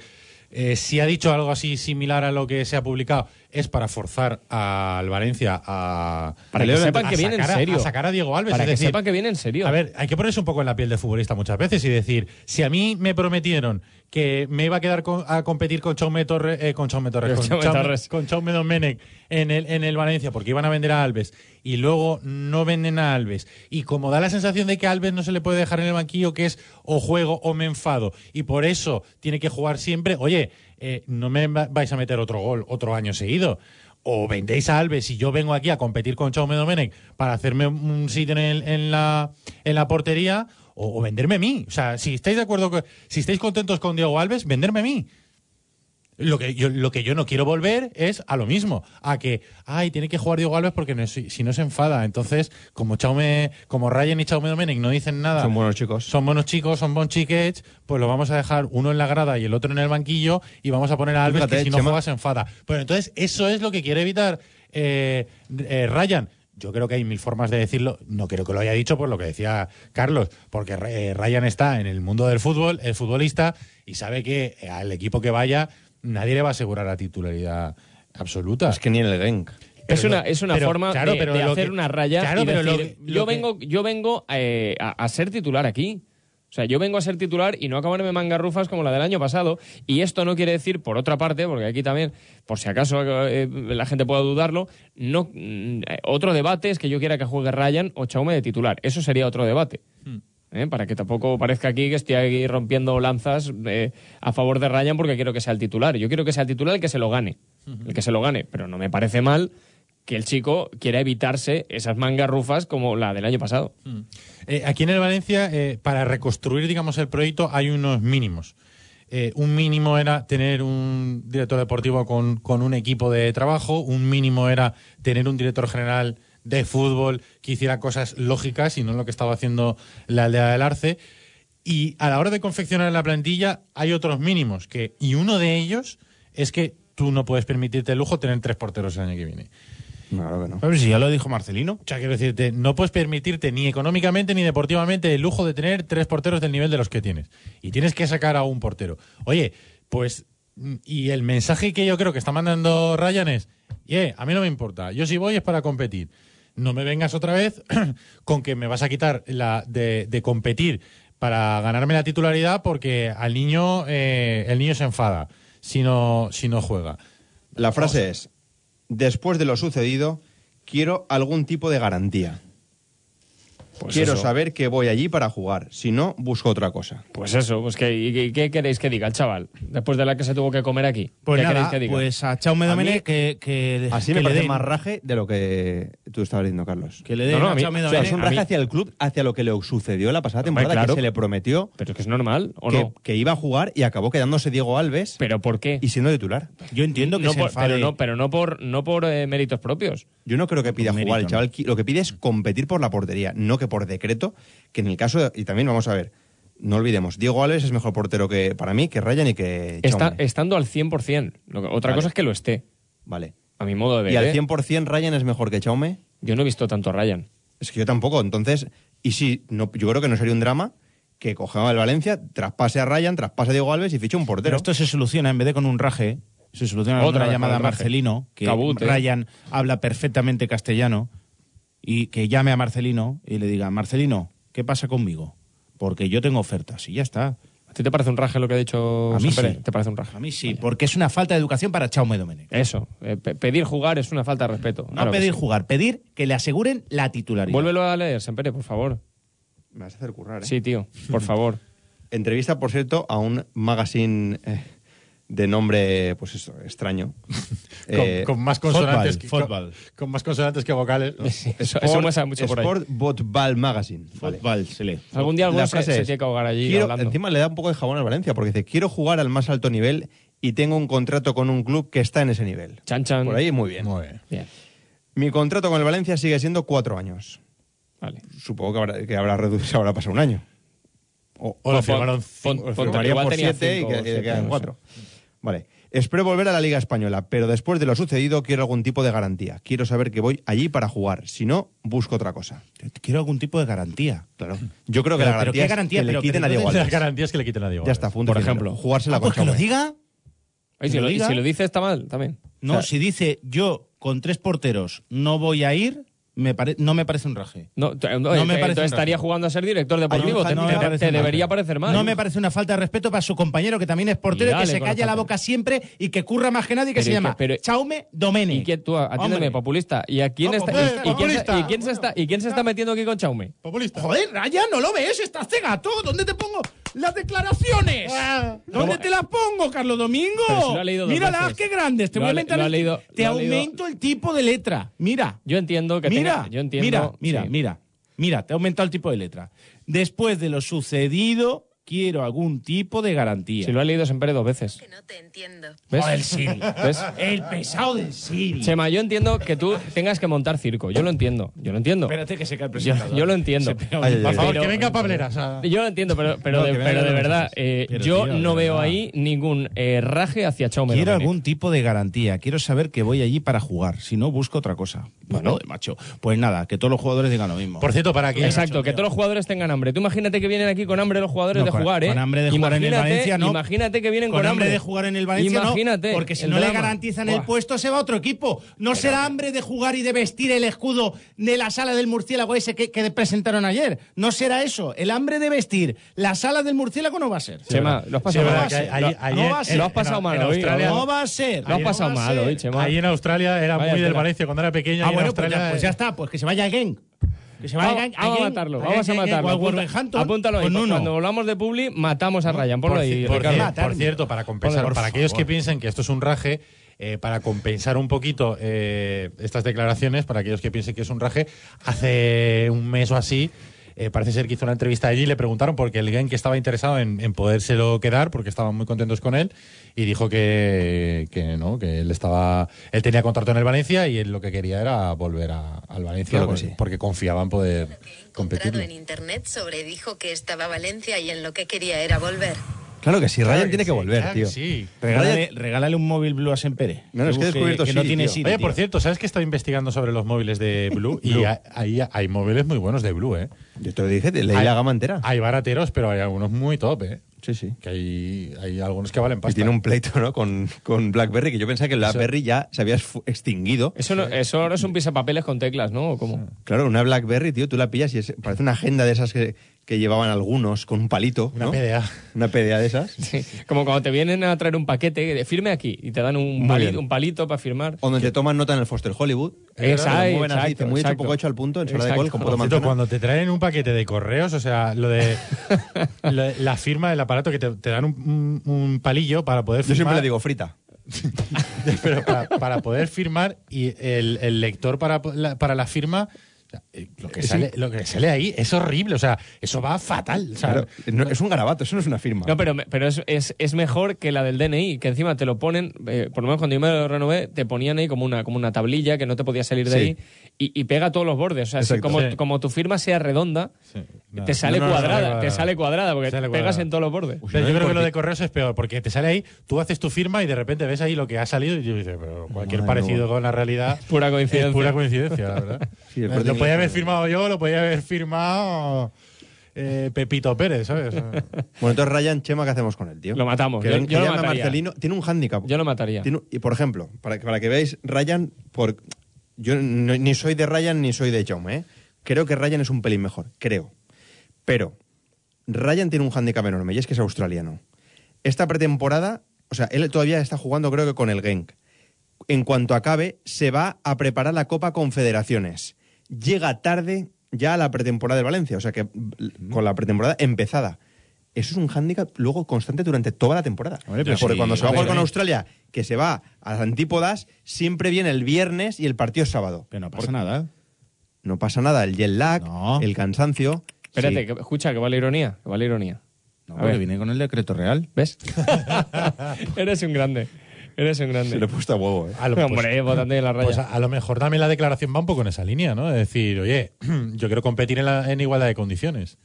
S2: eh, si ha dicho algo así similar a lo que se ha publicado es para forzar al Valencia a
S4: Para que
S2: a
S4: sepan que
S2: sacar
S4: viene en
S2: a-
S4: serio.
S2: a sacar a Diego Alves.
S4: Para
S2: es
S4: que
S2: decir,
S4: sepan que viene en serio.
S2: a ver, hay que ponerse un poco en la piel de futbolista muchas veces y decir, si a mí me prometieron que me iba a quedar con- a competir con Chaume Torres, eh, con Chaume Torres,
S4: Con
S2: con
S4: Jaume
S2: Chaume-
S4: Torres.
S2: con Chaume Domenech en el, en el Valencia porque iban a vender a Alves y luego no venden a Alves y como da la sensación de que a Alves no se le puede dejar en el banquillo que es o juego o me enfado y por eso tiene que jugar siempre, oye, eh, no me va- vais a meter otro gol otro año seguido. o vendéis a Alves y yo vengo aquí a competir con Chaume Domenech para hacerme un sitio en, el- en la, en la portería o, o venderme a mí. O sea, si estáis de acuerdo, con- si estáis contentos con Diego Alves, venderme a mí. Lo que, yo, lo que yo no quiero volver es a lo mismo, a que, ay, tiene que jugar Diego Alves porque no- si, si no se enfada. Entonces, como Chaume, como Ryan y Chaume Domenech no dicen nada,
S5: Son buenos chicos.
S2: son buenos chicos, son bon chiquets, pues lo vamos a dejar uno en la grada y el otro en el banquillo y vamos a poner a Alves
S5: Fíjate,
S2: que si no
S5: Chema.
S2: juega se enfada. Pero entonces eso es lo que quiere evitar eh, eh, Ryan. Yo creo que hay mil formas de decirlo. No creo que lo haya dicho por lo que decía Carlos, porque eh, Ryan está en el mundo del fútbol, el futbolista, y sabe que al equipo que vaya nadie le va a asegurar la titularidad absoluta.
S5: Es que ni en el Genk.
S4: Es
S2: Pero
S4: una,
S2: lo-
S4: es una
S2: pero,
S4: forma
S2: claro,
S4: de,
S2: pero
S4: de
S2: lo
S4: hacer
S2: que-
S4: una raya
S2: claro,
S4: y
S2: pero lo
S4: decir,
S2: que- lo
S4: yo,
S2: que-
S4: vengo, yo vengo eh, a, a ser titular aquí. O sea, yo vengo a ser titular y no acabarme mangarrufas como la del año pasado. Y esto no quiere decir, por otra parte, porque aquí también, por si acaso eh, la gente pueda dudarlo, no, mm, eh, otro debate es que yo quiera que juegue Ryan o Chaume de titular. Eso sería otro debate. ¿eh? Para que tampoco parezca aquí que estoy aquí rompiendo lanzas eh, a favor de Ryan porque quiero que sea el titular. Yo quiero que sea el titular el que se lo gane. El que se lo gane. Pero no me parece mal que el chico quiera evitarse esas mangas rufas como la del año pasado.
S2: Eh, aquí en el Valencia, eh, para reconstruir, digamos, el proyecto, hay unos mínimos. Eh, un mínimo era tener un director deportivo con, con un equipo de trabajo, un mínimo era tener un director general de fútbol que hiciera cosas lógicas y no lo que estaba haciendo la aldea del Arce. Y a la hora de confeccionar la plantilla hay otros mínimos que y uno de ellos es que tú no puedes permitirte el lujo tener tres porteros el año que viene.
S5: Claro que no.
S3: A ver si ya lo dijo Marcelino.
S2: O sea, quiero decirte, no puedes permitirte ni económicamente ni deportivamente el lujo de tener tres porteros del nivel de los que tienes. Y tienes que sacar a un portero. Oye, pues, mm, y el mensaje que yo creo que está mandando Ryan es, "Ye, a mí no me importa, yo si voy es para competir. No me vengas otra vez con que me vas a quitar la de, de competir para ganarme la titularidad porque al niño, eh, el niño se enfada si no, si no juega.
S5: La frase es, después de lo sucedido, quiero algún tipo de garantía.
S4: Pues
S5: quiero
S4: eso.
S5: saber que voy allí para jugar, si no, busco otra cosa.
S4: Pues eso, pues que, y- y- ¿qué queréis que diga el chaval? Después de la que se tuvo que comer aquí.
S3: Pues
S4: ¿Qué queréis
S3: nada,
S4: que diga?
S3: pues a Chaume
S5: A
S3: Domenech
S5: mí-
S3: que, que-
S5: Así me
S3: que le
S5: parece
S3: den-
S5: más raje de lo que tú estabas diciendo, Carlos.
S3: Que le den
S4: No, no, a
S3: a
S4: mí-
S3: Chaume
S5: O sea,
S3: Domenech.
S5: es un
S4: eh, A mí-
S5: raje hacia el club, hacia lo que le sucedió la pasada
S4: Hombre,
S5: temporada,
S4: claro.
S5: que se le prometió
S4: Pero es que es normal, ¿o
S5: que,
S4: no?
S5: que iba a jugar y acabó quedándose Diego Alves
S4: ¿Pero por qué?
S5: y siendo titular.
S3: Yo entiendo que
S4: No
S3: se
S4: por-
S3: enfade.
S4: pero, no, pero no por, no por eh, méritos propios.
S5: Yo no creo que pida
S3: Con mérito,
S5: jugar el
S3: ¿no?
S5: chaval. qui- Lo que pide es competir por la portería, no que por decreto, que en el caso... de- y también vamos a ver, no olvidemos, Diego Alves es mejor portero que para mí que Ryan y que...
S4: Está-
S5: Chaume.
S4: estando al 100%. Lo que- otra
S5: Vale.
S4: cosa es que lo esté,
S5: Vale.
S4: a mi modo de ver.
S5: ¿Y al
S4: ¿eh?
S5: 100% Ryan es mejor que Chaume?
S4: Yo no he visto tanto a Ryan.
S5: Es que yo tampoco. Entonces, y si, no, yo creo que no sería un drama que cojamos el Valencia, traspase a Ryan, traspase a Diego Alves y fiche un
S3: Pero
S5: portero.
S3: esto se soluciona en vez de con un raje, se soluciona con
S4: Otra
S3: una
S4: vez
S3: llamada a
S4: con el raje.
S3: Marcelino, que
S4: Cabut, ¿eh?
S3: Ryan habla perfectamente castellano y que llame a Marcelino y le diga, Marcelino, ¿qué pasa conmigo? Porque yo tengo ofertas y ya está.
S4: ¿A ti te parece un raje lo que ha dicho
S3: A mí
S4: San Pérez?
S3: sí.
S4: ¿Te parece un raje?
S3: A mí sí, porque es una falta de educación para Chaume Domenech.
S4: Eso, eh, pe- pedir jugar es una falta de respeto.
S3: No
S4: Claro que
S3: pedir
S4: sí.
S3: jugar, pedir que le aseguren la titularidad.
S4: Vuélvelo a leer, San Pérez, por favor.
S5: Me vas a hacer currar, ¿eh?
S4: Sí, tío, por favor.
S5: Entrevista, por cierto, a un magazine eh, de nombre, pues eso, extraño.
S2: Con,
S5: Eh,
S2: con más consonantes
S3: fútbol,
S2: que, con-
S3: fútbol.
S2: con más consonantes que vocales. ¿no?
S4: Eso,
S5: Sport-
S4: eso muestra mucho por ahí.
S5: Sport Botball Magazine. Vale.
S3: Vale, se lee.
S4: Algún día alguno
S5: La
S4: se,
S5: frase
S4: se
S5: es,
S4: tiene que ahogar allí
S5: quiero-
S4: hablando.
S5: Encima le da un poco de jabón al Valencia, porque dice, quiero jugar al más alto nivel y tengo un contrato con un club que está en ese nivel.
S4: Chan, chan.
S5: Por ahí, muy bien.
S2: Muy bien.
S4: Bien,
S5: Mi contrato con el Valencia sigue siendo cuatro años.
S4: vale.
S5: Supongo que habrá, que habrá reducido, se habrá pasado un año. O,
S2: O lo firmaron
S4: pon-
S2: cinco-
S5: o
S3: pues,
S4: pon-
S5: firmaría
S4: igual
S5: por
S4: tenía
S5: siete
S4: cinco
S5: y
S4: o
S5: que- que
S4: siete,
S5: quedan
S4: no
S5: cuatro. Vale. Espero volver a la Liga Española, pero después de lo sucedido quiero algún tipo de garantía. Quiero saber que voy allí para jugar. Si no, busco otra cosa.
S3: Quiero algún tipo de garantía. Ah,
S5: Claro. Yo creo que
S3: Pero-
S5: la
S3: pero
S5: garantía,
S3: ¿qué
S5: es
S3: garantía?
S5: que
S3: Pero-
S5: le quiten
S3: pero
S5: a Diego
S3: entonces-
S2: Las
S5: Alves.
S2: garantías que le quitan a Diego.
S5: Ya está, punto
S4: Por
S5: final.
S4: ejemplo.
S5: Jugársela
S3: Ah, pues
S5: con
S3: que lo
S5: Chaume.
S3: diga.
S4: Ay, si,
S3: ¿Que
S4: lo,
S3: lo
S4: y
S3: diga?
S4: si lo dice está mal también.
S3: No,
S4: O sea,
S3: si dice yo con tres porteros no voy a ir, me pare- no me parece un raje.
S4: No, t-
S3: me
S4: eh,
S3: parece un raje.
S4: entonces estaría jugando a ser director deportivo.
S5: Hay
S4: Te,
S5: un- no
S4: te-
S5: me
S4: te
S3: parece un
S4: debería
S3: raje.
S4: parecer mal.
S3: No me parece una falta de respeto para su compañero, que también es
S4: Y
S3: portero, y que
S4: dale
S3: se
S4: con la
S3: calla la
S4: falta.
S3: boca siempre y que curra más que nadie, que
S4: Pero
S3: se
S4: y
S3: llama
S4: que- pero-
S3: Chaume Domene.
S4: ¿Y quién, tú, atiéndeme, populista. ¿Y, a quién
S3: No,
S4: está,
S3: populista,
S4: y, y quién,
S3: pues, populista.
S4: se- y quién se está, ¿Y quién se está metiendo aquí con Chaume?
S2: Populista.
S3: Joder, Ryan, no lo ves, estás cegato, ¿dónde te pongo?
S6: las declaraciones. ¿Dónde te las pongo, Carlos
S4: Pero si lo
S6: Domingo?
S4: ha leído dos
S6: Míralas,
S4: veces.
S6: qué grandes. Te
S3: este
S4: Lo
S6: voy a
S4: ha le-
S6: aumentar
S4: lo ha
S6: el-
S4: leído-
S6: te
S4: lo ha leído-
S6: aumento el tipo de letra. Mira.
S4: Yo entiendo que
S6: Mira,
S4: tenga- yo entiendo,
S3: Mira, mira,
S4: sí.
S3: mira, mira, te ha aumentado el tipo de letra. Después de lo sucedido, quiero algún tipo de garantía.
S4: Si lo ha leído siempre dos veces.
S7: Que no te entiendo.
S4: ¿Ves?
S6: Joder, Siri.
S4: ¿Ves?
S6: El pesado del Siri.
S4: Chema, yo entiendo que tú tengas que montar circo. Yo lo entiendo. Yo lo entiendo.
S3: Espérate que se cae
S4: Yo,
S3: el presentador.
S4: yo lo entiendo.
S3: Se pega un-
S5: Ay, ay,
S2: Por
S5: ay.
S2: favor,
S4: Pero-
S2: que venga Pableras. a-
S4: Yo lo entiendo, pero, pero,
S3: No,
S4: de,
S3: que venga
S4: pero
S3: que
S4: de
S3: no me
S4: verdad,
S3: dices.
S4: eh,
S3: Pero,
S4: yo
S3: tío, de
S4: no veo
S3: verdad.
S4: ahí ningún eh, raje hacia Chaume.
S3: Quiero
S4: Dominic.
S3: algún tipo de garantía, quiero saber que voy allí para jugar, si no busco otra cosa. Bueno, de macho. Pues nada, que todos los jugadores digan lo mismo.
S2: Por cierto, para que.
S4: Exacto, que todos los jugadores tengan hambre. Tú imagínate que vienen aquí con hambre los jugadores
S3: No,
S4: de
S3: con-
S4: jugar, ¿eh?
S3: con hambre de jugar en el
S4: Imagínate-
S3: Valencia, ¿no?
S4: Imagínate que vienen con,
S3: con hambre de jugar en el Valencia
S4: Imagínate.
S3: no, porque si
S4: el
S3: no le
S4: drama.
S3: garantizan el
S4: Buah.
S3: puesto se va a otro equipo. No será hambre de jugar y de vestir el escudo de la sala del murciélago ese que, que presentaron ayer. No será eso. El hambre de vestir la sala del murciélago no va a ser.
S4: Chema, lo has pasado
S3: Sí,
S4: mal.
S3: verdad que
S4: Lo-
S3: ayer-
S4: no
S3: ayer-
S4: va a ser.
S3: en-
S4: Lo has pasado
S2: en
S4: mal hoy.
S2: Australia-
S4: ¿no?
S3: No va a ser.
S4: Lo has
S3: no
S4: pasado
S3: va a
S4: mal
S3: ser.
S4: hoy, Chema.
S2: Ahí en Australia era
S4: Vaya
S2: muy del
S4: tela.
S2: Valencia cuando era pequeño.
S3: Ah,
S2: ahí en
S3: bueno, pues
S2: Australia,
S3: ya, pues ya está, pues que se vaya alguien. Que se vaya
S4: Vamos,
S3: Genk, a
S4: vamos a
S3: Genk,
S4: matarlo,
S3: a
S4: vamos a
S3: Genk, eh,
S4: matarlo.
S3: o al
S4: Apunta-
S3: Wolverhampton,
S4: apúntalo ahí. pues
S3: con uno.
S4: Cuando volvamos de Publi, matamos a Ryan. Ponlo
S2: Por,
S4: ahí,
S2: ci- por
S4: Ricardo.
S2: cier-
S3: matarme.
S2: por cierto, para compensar,
S3: Por
S2: para aquellos que
S3: favor.
S2: piensen que esto es un raje, eh, para compensar un poquito eh, estas declaraciones, para aquellos que piensen que es un raje, hace un mes o así. eh, parece ser que hizo una entrevista allí y le preguntaron porque el Genk estaba interesado en, en podérselo quedar porque estaban muy contentos con él y dijo que, que no, que él estaba él tenía contrato en el Valencia y él lo que quería era volver a- al Valencia
S5: Claro que
S2: porque,
S5: sí.
S2: porque confiaba en poder
S7: Que he encontrado
S2: competir.
S7: en internet sobre dijo que estaba Valencia y en lo que quería era volver.
S5: Claro que sí, Ryan
S2: Claro que
S5: tiene que
S2: sí,
S5: volver,
S2: claro
S5: tío.
S2: que sí.
S3: Regálale, regálale un móvil Blue a Sempere.
S5: No, no, es que he
S3: busque-
S5: descubierto
S3: que no
S5: Siri,
S3: tiene
S5: tío.
S3: Siri,
S2: Oye,
S3: tío.
S2: por cierto, ¿sabes que estoy investigando sobre los móviles de Blue? Y ha- ahí hay móviles muy buenos de Blue, ¿eh?
S5: Yo te lo dije, te leí la gama entera.
S2: Hay barateros, pero hay algunos muy top, ¿eh?
S5: Sí, sí.
S2: Que hay, hay algunos que valen
S5: Y
S2: pasta.
S5: tiene un pleito, ¿no? Con, con BlackBerry, que yo pensaba que el BlackBerry ya se había esfu- extinguido.
S4: Eso, no- eso ahora es un pisapapeles con teclas, ¿no? ¿O cómo?
S5: Claro, una BlackBerry, tío, tú la pillas y es- parece una agenda de esas que, que llevaban algunos con un palito.
S2: Una
S5: ¿no?
S2: PDA.
S5: Una PDA de esas.
S4: Sí, Como cuando te vienen a traer un paquete, eh, firme aquí, y te dan un,
S5: Muy
S4: pali-
S5: bien.
S4: un palito para firmar.
S5: O donde te toman nota en el Foster Hollywood.
S4: Exacto,
S5: Te lo mueven así,
S4: exacto,
S5: te muy hecho,
S4: exacto.
S5: poco hecho al punto, ensalada de
S4: Exacto.
S5: col con poco
S4: Por
S5: de
S2: Por cierto,
S5: manzana.
S2: cuando te traen un paquete de correos, o sea, lo de lo de- la firma del aparato que te, te dan un, un- un palillo para poder
S5: Yo
S2: firmar.
S5: siempre le digo frita.
S2: Pero para, para poder firmar y el, el lector para la, para la firma. o sea, eh, Lo que,
S5: Sí.
S2: sale, lo que sale ahí es horrible, o sea, eso va fatal. o sea,
S5: Claro, no, es un garabato, eso no es una firma.
S4: No, pero, me- pero es, es, es mejor que la del DNI, que encima te lo ponen, eh, por lo menos cuando yo me lo renové, te ponían ahí como una, como una tablilla que no te podía salir
S5: Sí.
S4: de ahí y, y pega todos los bordes. O sea, si
S5: Exacto.
S4: como,
S2: Sí.
S4: como tu firma sea redonda,
S2: Sí, nada.
S4: te sale
S2: No, no, no,
S4: cuadrada,
S2: no, no,
S4: te
S2: no.
S4: sale cuadrada, porque
S2: Sale
S4: pegas
S2: cuadrada.
S4: en todos los bordes.
S2: Pero
S5: no
S2: yo
S5: es
S2: creo que lo
S5: corti-
S2: de correos es peor, porque te sale ahí, tú haces tu firma y de repente ves ahí lo que ha salido y tú dices, pero cualquier
S5: Ay,
S2: parecido
S5: no.
S2: con la realidad
S4: Pura coincidencia.
S2: es pura coincidencia, la verdad.
S5: Sí, el
S2: lo
S5: Corte
S2: podía haber
S5: Inglés.
S2: firmado yo, lo podía haber firmado eh, Pepito Pérez, ¿sabes? Pero
S5: Bueno, entonces Ryan, Chema, ¿qué hacemos con él, tío?
S4: Lo matamos.
S5: Que
S4: Yo-
S5: ven- que
S4: yo lo
S5: llame a
S4: mataría.
S5: Marcelino. Tiene un hándicap.
S4: Yo lo mataría.
S5: Tiene un- y por ejemplo, para, que- para que veáis, Ryan, por, yo no- ni soy de Ryan ni soy de Jaume, ¿eh? Creo que Ryan es un pelín mejor, creo. Pero Ryan tiene un hándicap enorme y es que es australiano. Esta pretemporada, o sea, él todavía está jugando creo que con el Genk. En cuanto acabe, se va a preparar la Copa Confederaciones. Llega tarde ya a la pretemporada de Valencia, o sea que mm, con la pretemporada empezada. Eso es un hándicap luego constante durante toda la temporada.
S3: Hombre, pero
S5: Porque
S3: sí,
S5: cuando se ¿eh? va a jugar
S3: hombre.
S5: con Australia, que se va a las antípodas, siempre viene el viernes y el partido es sábado.
S3: Pero no pasa nada.
S5: No pasa nada, el jet lag,
S3: No.
S5: el cansancio.
S4: Espérate,
S5: Sí.
S4: que- escucha, que vale ironía, que vale ironía.
S3: No,
S4: A
S3: porque
S4: ver.
S3: viene con el decreto real.
S4: ¿Ves? Eres un grande. Eres un grande.
S5: Se lo he puesto a huevo, ¿eh?
S2: a lo- pues-
S4: Hombre, votante de la raya.
S2: Pues a, a lo mejor también la declaración va un poco en esa línea, ¿no? De decir, oye, yo quiero competir en, la- en igualdad de condiciones.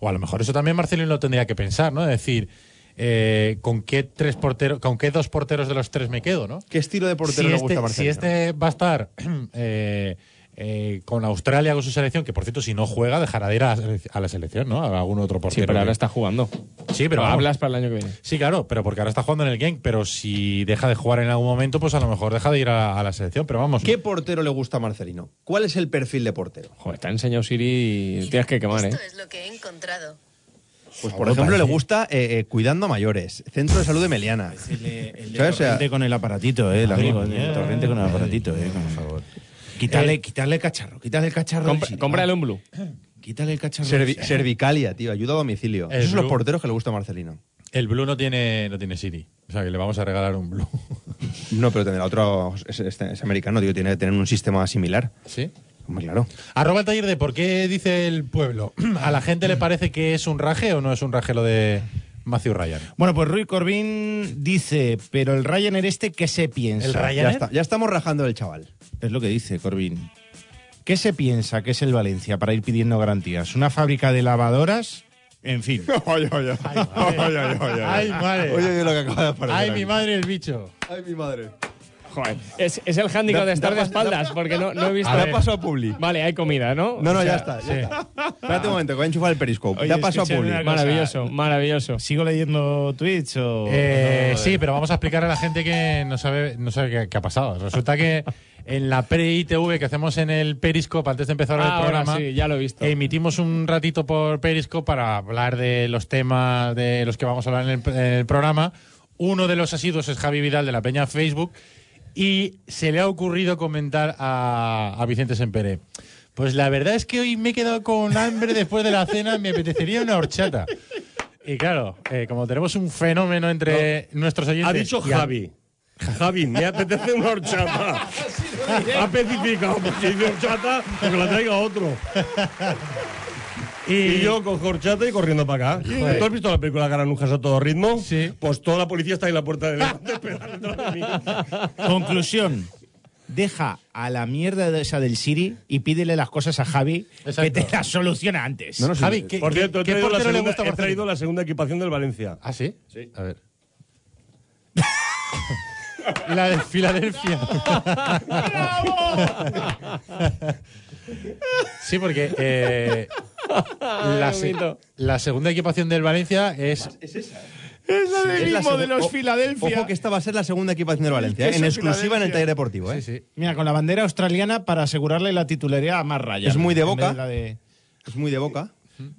S2: O a lo mejor eso también Marcelino lo tendría que pensar, ¿no? De decir, eh, ¿con qué tres porteros, con qué dos porteros de los tres me quedo, ¿no?
S5: ¿Qué estilo de portero
S2: si
S5: le
S2: este,
S5: gusta a Marcelino?
S2: si este va a estar eh, eh, con Australia, con su selección, que por cierto, si no juega, dejará de ir a la, selec- a la selección, ¿no? A algún otro
S4: sí,
S2: portero.
S4: pero
S2: que-
S4: ahora está jugando.
S2: Sí, pero
S4: No,
S2: vamos.
S4: hablas para el año que viene.
S2: Sí, claro, pero porque ahora está jugando en el Genk, pero si deja de jugar en algún momento, pues a lo mejor deja de ir a, a la selección, pero vamos.
S5: ¿Qué portero le gusta a Marcelino? ¿Cuál es el perfil de portero?
S4: Joder, te ha enseñado Siri y tienes que quemar, ¿eh?
S7: Esto es lo que he encontrado.
S5: Pues, por ejemplo, le gusta eh, eh, cuidando a mayores, centro de salud de Meliana.
S2: Pues
S3: Eh, El
S5: ¿Sabes? O sea,
S3: torrente con el aparatito, eh, el amigo. El torrente con el
S5: Eh.
S3: aparatito, eh, por favor. Quítale, quitarle el cacharro, quítale el cacharro.
S4: Compra-
S3: del Siri,
S4: cómprale
S3: va.
S4: un blue.
S3: Quítale el cacharro.
S5: Servi-
S3: ese.
S5: Cervicalia, tío, ayuda a domicilio.
S2: El
S5: Esos son los
S2: Blue.
S5: porteros que le gusta a Marcelino.
S2: El Blue no tiene, no tiene Siri. O sea, que le vamos a regalar un Blue.
S5: No, pero tendrá otro. Es, es- es americano, tío, tiene que tener un sistema similar.
S2: ¿Sí?
S5: Hombre, claro.
S2: Arroba el taller de por qué dice el pueblo. ¿A la gente le parece que es un raje o no es un raje lo de Matthew Ryan?
S3: Bueno, pues Rui Corbín dice, pero el Ryanair este, ¿qué se piensa?
S2: El Ryanair.
S5: Ya, está, ya estamos rajando del chaval.
S3: Es lo que dice Corbín. ¿Qué se piensa que es el Valencia para ir pidiendo garantías? ¿Una fábrica de lavadoras? En fin.
S5: Oye, oye.
S2: madre. Ay, madre.
S5: Oye, oye, lo que acaba de aparecer.
S2: ¡Ay,
S5: aquí.
S2: mi madre el bicho!
S5: Ay, mi madre.
S4: Es, es el hándicap de estar de
S5: da-
S4: espaldas, porque no, no he visto.
S2: A
S5: Ya
S2: ver.
S5: paso a Publi.
S4: Vale, hay comida, ¿no?
S5: No, no,
S4: O sea,
S5: ya está. Ya está. Espérate un momento, que voy a enchufar el periscope.
S3: Oye,
S5: ya paso a
S3: escúchame
S5: Publi.
S3: una cosa.
S4: Maravilloso, maravilloso.
S3: ¿Sigo leyendo Twitch o...?
S2: Eh,
S3: no?
S2: sí, pero vamos a explicar a la gente que no sabe, no sabe qué, qué ha pasado. Resulta que en la pre-ITV que hacemos en el Periscope, antes de empezar
S4: Ah,
S2: el
S4: ahora
S2: programa, Eh,
S4: sí, ya lo he visto.
S2: emitimos un ratito por Periscope para hablar de los temas de los que vamos a hablar en el, en el programa. Uno de los asiduos es Javi Vidal de la Peña Facebook y se le ha ocurrido comentar a, a Vicente Semperé. Pues la verdad es que hoy me he quedado con hambre después de la cena, me apetecería una horchata. Y claro, eh, como tenemos un fenómeno entre nuestros oyentes...
S8: Ha dicho
S2: y a-
S8: Javi. Javi, me apetece una horchata. ha especificado que dice horchata porque la traiga otro.
S2: Y,
S8: Y yo con horchata y corriendo para acá. ¿Tú has visto la película Garanujas a todo ritmo?
S2: Sí.
S8: Pues toda la policía está ahí en la puerta de delante esperando a mí.
S3: Conclusión. Deja a la mierda de esa del Siri y pídele las cosas a Javi que
S2: Exacto.
S3: te las soluciona antes.
S5: No, no, sí.
S2: Javi, ¿qué,
S8: Por
S2: qué-
S8: cierto, he
S2: qué
S8: traído, la
S2: portero le
S8: segunda,
S2: gusta
S8: he
S2: Marcelino?
S8: traído la segunda equipación del Valencia.
S2: ¿Ah, sí?
S8: Sí.
S2: A ver. La de Filadelfia. sí, porque eh, la, se-
S4: bonito.
S2: la segunda equipación del Valencia es
S3: es la del
S5: Es la
S3: mismo de
S5: segu-
S3: los
S5: o-
S3: Filadelfia.
S5: Ojo que esta va a ser la segunda equipación del Valencia,
S3: Es
S5: ¿eh? en
S3: que eso
S5: exclusiva en el
S3: Filadelfia.
S5: taller deportivo. ¿eh?
S2: sí, sí.
S3: Mira, con la bandera australiana para asegurarle la titularidad a más rayas.
S5: Es muy de
S3: En
S5: Boca.
S3: vez la de-
S5: Es muy de boca.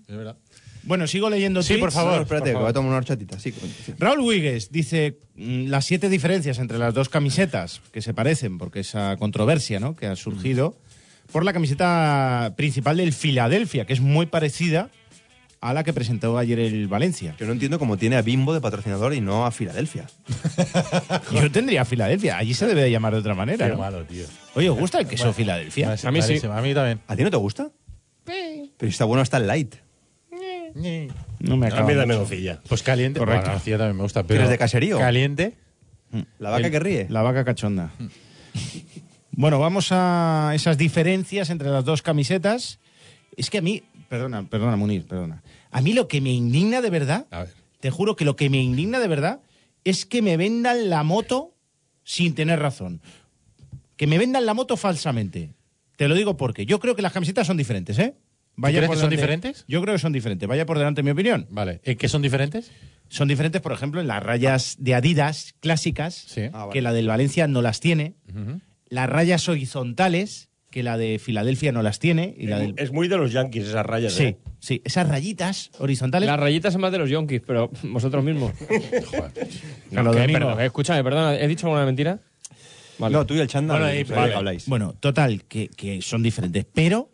S2: Es verdad.
S3: Bueno, sigo leyendo
S2: Sí,
S3: tweets.
S2: por
S5: No,
S2: favor.
S5: no, espérate,
S2: por
S5: que
S2: favor.
S5: voy a tomar una horchatita. Sí, coño, sí.
S3: Raúl Huigues dice mm, las siete diferencias entre las dos camisetas que se parecen, porque esa controversia ¿no? que ha surgido por la camiseta principal del Filadelfia, que es muy parecida a la que presentó ayer el Valencia.
S5: Yo no entiendo cómo tiene a Bimbo de patrocinador y no a Filadelfia.
S3: Yo tendría Filadelfia, allí se debe de llamar de otra manera.
S2: Qué
S3: ¿no?
S2: malo, tío.
S3: Oye, ¿os gusta el queso Filadelfia?
S2: Es
S4: A mí sí.
S2: malísimo. A mí también.
S5: ¿A ti no te gusta? Sí. Pero está bueno hasta el light.
S3: No me
S8: A
S3: acaba
S8: mí dame
S3: mucho.
S8: docilla.
S2: Pues caliente.
S3: Correcto.
S2: Bueno, la cía también me gusta. Pero
S5: eres de caserío?
S2: Caliente.
S5: La vaca que ríe.
S3: La vaca cachonda. Bueno, vamos a esas diferencias entre las dos camisetas. Es que a mí, perdona, perdona, Munir, perdona. A mí lo que me indigna de verdad,
S2: A ver.
S3: te juro que lo que me indigna de verdad es que me vendan la moto sin tener razón. Que me vendan la moto falsamente. Te lo digo porque yo creo que las camisetas son diferentes, ¿eh?
S2: crees
S3: por
S2: que son
S3: delante-
S2: diferentes?
S3: Yo creo que son diferentes. Vaya por delante mi opinión.
S2: Vale. ¿En qué son diferentes?
S3: Son diferentes, por ejemplo, en las rayas de Adidas clásicas,
S2: Sí.
S5: Ah, vale.
S3: que la del Valencia no las tiene.
S2: Ujú.
S3: Las rayas horizontales, que la de Filadelfia no las tiene. Y
S2: Eh,
S3: la del...
S8: Es muy de los Yankees esas rayas.
S3: Sí,
S8: ¿eh?
S3: sí, esas rayitas horizontales.
S4: Las rayitas son más de los yonkis, pero vosotros mismos.
S3: No, lo
S4: Que,
S3: domino.
S4: perdón, escúchame, perdona, ¿he dicho alguna mentira? Vale.
S5: No, tú y el chándal.
S2: Bueno, y-
S5: o sea,
S2: vale.
S5: habláis.
S3: Bueno, total, que, que son diferentes. Pero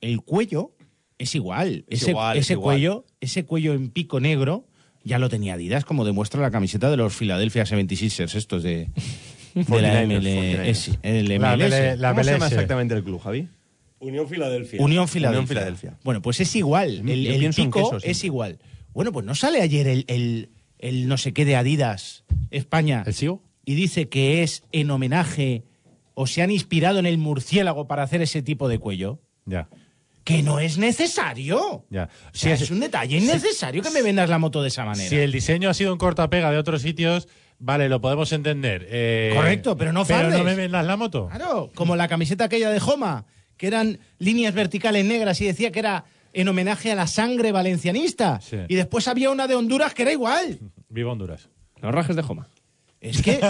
S3: el cuello es igual.
S5: Es
S3: ese
S5: igual, es
S3: ese
S5: igual.
S3: cuello, ese cuello en pico negro, ya lo tenía Adidas, como demuestra la camiseta de los Philadelphia 76ers, estos de, de la
S5: 49ers,
S3: MLS. el
S2: La
S3: MLS.
S2: MLS. La
S5: ¿Cómo se llama
S2: MLS.
S5: exactamente el club, Javi?
S8: Unión Filadelfia.
S3: Unión Filadelfia.
S5: Unión Filadelfia.
S3: Bueno, pues es igual. El,
S5: Yo
S3: el
S5: pienso en
S3: pico
S5: queso
S3: es
S5: siempre.
S3: igual. Bueno, pues no sale ayer el, el- el no sé qué de Adidas España
S2: ¿El Sigo?
S3: y dice que es en homenaje o se han inspirado en el murciélago para hacer ese tipo de cuello.
S2: Ya.
S3: Que no es necesario.
S2: Ya.
S3: O sea,
S2: Sí,
S3: es un detalle innecesario que me vendas la moto de esa manera.
S2: Si el diseño ha sido un cortapega de otros sitios, vale, lo podemos entender. Eh,
S3: Correcto, pero no
S2: Pero
S3: fardes.
S2: no me vendas la moto.
S3: Claro, como la camiseta aquella de Joma, que eran líneas verticales negras y decía que era en homenaje a la sangre valencianista.
S2: Sí.
S3: Y después había una de Honduras que era igual.
S2: Viva Honduras.
S4: Los rajes de Joma.
S3: Es que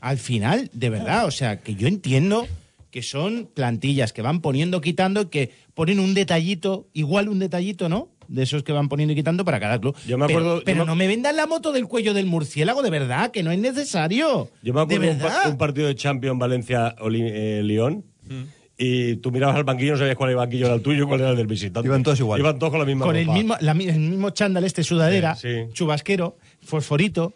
S3: al final, de verdad, o sea, que yo entiendo que son plantillas que van poniendo, quitando, y que ponen un detallito, igual un detallito, ¿no? De esos que van poniendo y quitando para cada club.
S8: Yo me
S3: Pero-
S8: acuerdo-
S3: Pero,
S8: yo me-
S3: no me vendan la moto del cuello del murciélago, de verdad, que no es necesario.
S8: Yo me
S3: de
S8: acuerdo un, pa-
S3: verdad.
S2: Mm.
S8: un partido de Champions Valencia-León eh, y tú mirabas al banquillo, no sabías cuál era el banquillo era el tuyo y cuál era el del visitante.
S5: Iban todos igual.
S8: Iban todos con la misma
S3: Con el
S8: ropa,
S3: mismo, la mi- el mismo chándal este, sudadera,
S8: Sí, sí.
S3: chubasquero, fosforito.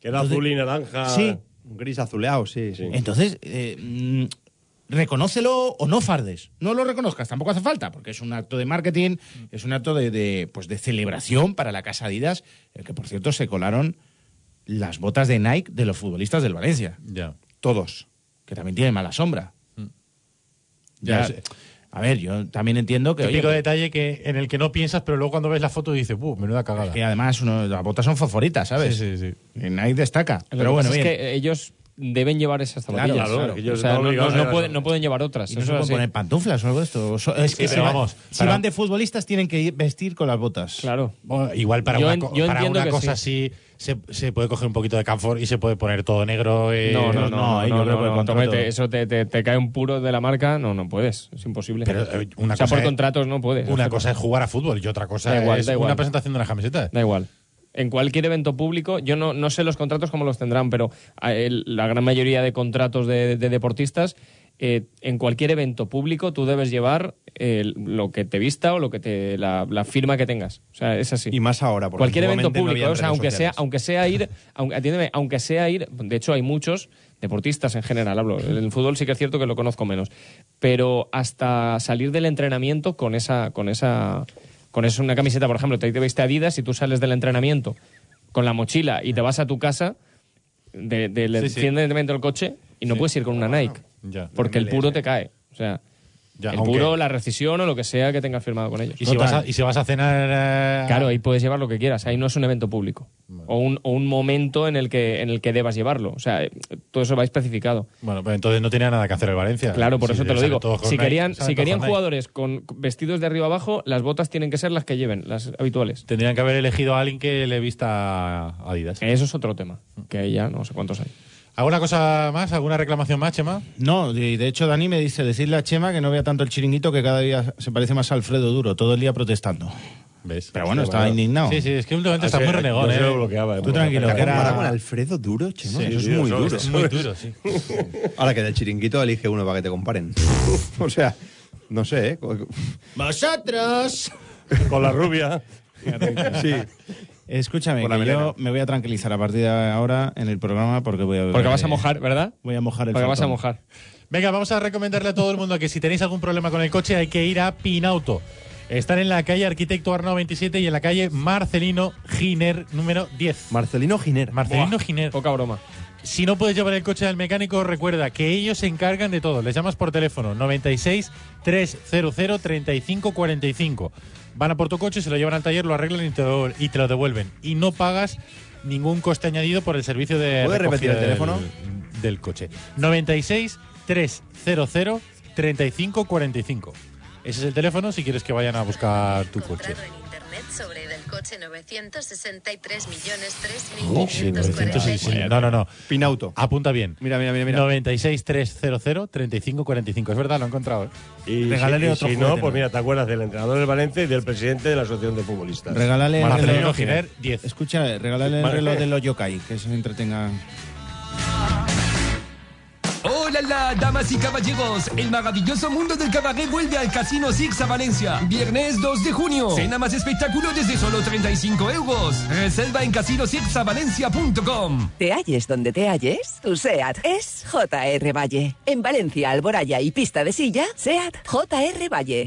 S8: Que era
S3: Entonces-
S8: azul y naranja.
S3: Sí.
S5: Un gris azuleado, sí, sí.
S3: Entonces, eh, mm, reconócelo o no fardes. No lo reconozcas, tampoco hace falta, porque es un acto de marketing, es un acto de, de, pues de celebración para la casa Adidas, en el que por cierto se colaron las botas de Nike de los futbolistas del Valencia,
S2: Ya.
S3: todos, que también tienen mala sombra.
S2: Ya
S3: Ya,
S2: sé.
S3: a ver, yo también entiendo que...
S2: Típico
S3: oye,
S2: detalle que, en el que no piensas, pero luego cuando ves la foto dices, ¡buh, menuda cagada!
S3: que además uno- las botas son fosforitas, ¿sabes?
S2: Sí, sí, sí.
S3: Y Nike destaca.
S4: Lo
S3: pero
S4: que
S3: bueno,
S4: pasa
S3: bien.
S4: es que ellos deben llevar esas
S3: Claro,
S4: zapatillas.
S3: claro,
S8: es que ellos
S4: O sea,
S8: están
S4: no,
S8: obligados
S4: no- no
S8: a-
S4: pueden, no pueden llevar otras.
S3: Y no
S4: eso es
S3: se pueden
S4: así.
S3: poner pantuflas o algo de esto. So- Es que
S2: Sí,
S3: si,
S2: pero
S3: van-
S2: vamos,
S3: si
S2: para-
S3: van de futbolistas tienen que ir- vestir con las botas.
S4: Claro.
S2: Bueno, igual para
S4: Yo
S2: una,
S4: en-
S2: co-
S4: yo
S2: para
S4: entiendo
S2: una
S4: que
S2: cosa así se, se puede coger un poquito de camphor y se puede poner todo negro. eh,
S4: No, no, no,
S3: no,
S4: no,
S3: ahí yo
S4: no,
S3: creo
S4: no,
S3: que el
S4: no,
S3: contrato-
S4: tómate, eso te, te- te cae un puro de la marca, no, no puedes, es imposible.
S2: Pero, eh, una
S4: o sea,
S2: cosa
S4: por
S2: es-
S4: contratos no puedes.
S2: Una cosa es jugar a fútbol y otra cosa
S4: Da igual,
S2: es
S4: da igual.
S2: una presentación de una camiseta.
S4: Da igual. En cualquier evento público, yo no, no sé los contratos cómo los tendrán, pero a- el- la gran mayoría de contratos de, de deportistas, eh, en cualquier evento público tú debes llevar eh, lo que te vista o lo que te, la, la firma que tengas. O sea, es así.
S5: Y más ahora, porque
S4: cualquier evento
S5: antiguamente no
S4: público,
S5: había
S4: o sea,
S5: redes
S4: aunque sea,
S5: sociales.
S4: aunque sea ir, aunque, atiéndeme, aunque sea ir, de hecho hay muchos deportistas en general, hablo, en el fútbol sí que es cierto que lo conozco menos, pero hasta salir del entrenamiento con esa, con esa, con esa una camiseta, por ejemplo, te, te viste Adidas y tú sales del entrenamiento con la mochila y te vas a tu casa, de, del
S2: Sí, sí.
S4: enciendimiento del coche y no puedes ir con una Nike,
S2: Ya.
S4: porque el puro te cae, o sea,
S2: Ya,
S4: el
S2: aunque-
S4: puro, la rescisión o lo que sea que tengas firmado con ellos.
S2: Y si,
S4: Total.
S2: vas a, y si vas a cenar. eh,
S4: Claro, ahí puedes llevar lo que quieras. Ahí no es un evento público. O un, o un momento en el, que, en el que debas llevarlo. O sea, eh, todo eso va especificado.
S2: Bueno, pues entonces no tenía nada que hacer el Valencia.
S4: Claro, por
S2: Sí,
S4: eso te lo
S2: sale
S4: digo.
S2: todo con
S4: Si
S2: Nike,
S4: querían,
S2: sale
S4: si
S2: todo
S4: querían
S2: con Nike.
S4: jugadores con con vestidos de arriba abajo, las botas tienen que ser las que lleven, las habituales.
S2: Tendrían que haber elegido a alguien que le vista a Adidas.
S4: Eso es otro tema, que ahí ya no sé cuántos hay.
S2: ¿Alguna cosa más? ¿Alguna reclamación más, Chema?
S3: No, de, de hecho Dani me dice, decirle a Chema que no vea tanto el chiringuito que cada día se parece más a Alfredo Duro, todo el día protestando.
S2: ¿Ves?
S3: Pero bueno, estaba indignado.
S2: Sí, sí, es que últimamente
S5: Ah,
S2: está
S8: Así-
S2: muy renegón,
S8: yo se
S2: ¿eh?
S8: lo bloqueaba,
S3: Tú tranquilo,
S2: Te
S3: que era-
S5: Comparado con Alfredo Duro, Chema,
S2: Sí,
S5: eso es
S8: tío,
S5: muy
S8: eso-
S5: duro.
S8: eso-
S2: Muy duro, sí.
S5: Ahora que del chiringuito elige uno para que te comparen. o sea, no sé, ¿eh?
S3: ¡Vosotros!
S8: Con la rubia.
S5: sí.
S3: Escúchame,
S5: Por la
S3: que
S5: melena.
S3: yo me voy a tranquilizar a partir de ahora en el programa porque voy
S8: Pues
S3: a... beber,
S4: Porque vas a
S3: eh,
S4: mojar, ¿verdad?
S3: Voy a mojar el
S4: Porque vas a
S3: faltón.
S4: mojar.
S2: Venga, vamos a recomendarle a todo el mundo que si tenéis algún problema con el coche hay que ir a Pinauto. Están en la calle Arquitecto Arnau 27 y en la calle Marcelino Giner número 10.
S5: Marcelino Giner.
S2: Marcelino Giner.
S4: Poca broma.
S2: Si no puedes llevar el coche al mecánico, recuerda que ellos se encargan de todo. Les llamas por teléfono 96 300 3545. Van a por tu coche, se lo llevan al taller, lo arreglan y te lo, y te lo devuelven. Y no pagas ningún coste añadido por el servicio de
S5: ¿Puedes repetir
S2: recogida del-
S5: el teléfono?
S2: Del, coche. 96 300 3545. Ese es el teléfono si quieres que vayan a buscar tu coche.
S7: Encontrado en internet sobre del coche 963 millones
S4: Oh,
S2: Entonces, sí, no, no, no.
S5: Pinauto.
S3: Ah.
S2: Apunta bien.
S5: Mira, mira, mira, mira.
S2: 96 300 3545. Es verdad, lo he encontrado. ¿eh?
S8: Y si-
S3: Regálale
S8: y si,
S3: otro
S8: no,
S3: juguete,
S8: pues
S3: ¿no?
S8: mira, te acuerdas del entrenador del Valencia y del presidente de la Asociación de Futbolistas.
S3: Regálale el
S2: Marcelino
S3: reloj,
S2: Giner, 10.
S3: Escucha, regálale el
S8: Vale.
S3: reloj de los yokai, que se entretenga.
S1: Hola, la, damas y caballeros. El maravilloso mundo del cabaret vuelve al Casino Six a Valencia. Viernes 2 de junio. Cena más espectáculo desde solo 35 euros. Reserva en casinosixavalencia.com.
S9: Te halles donde te halles, tu SEAT es JR Valle. En Valencia, Alboraya y Pista de Silla, SEAT JR Valle.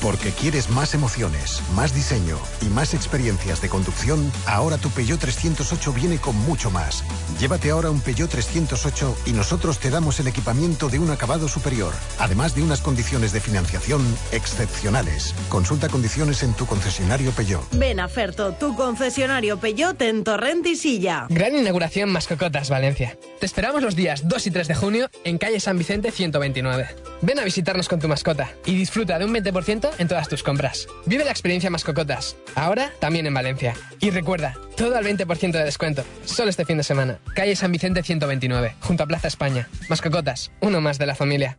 S10: Porque quieres más emociones, más diseño y más experiencias de conducción, ahora tu Peugeot 308 viene con mucho más. Llévate ahora un Peugeot 308 y nosotros te damos el equipamiento de un acabado superior, además de unas condiciones de financiación excepcionales. Consulta condiciones en tu concesionario Peugeot.
S11: Ven a Ferto, tu concesionario Peyote en Torrent y Silla.
S12: Gran inauguración Mascocotas Valencia. Te esperamos los días 2 y 3 de junio en calle San Vicente 129. Ven a visitarnos con tu mascota y disfruta de un 20% en todas tus compras. Vive la experiencia Mascocotas, ahora también en Valencia. Y recuerda, todo al 20% de descuento, solo este fin de semana. Calle San Vicente 129, junto a Plaza España. Mascocotas, uno más de la familia.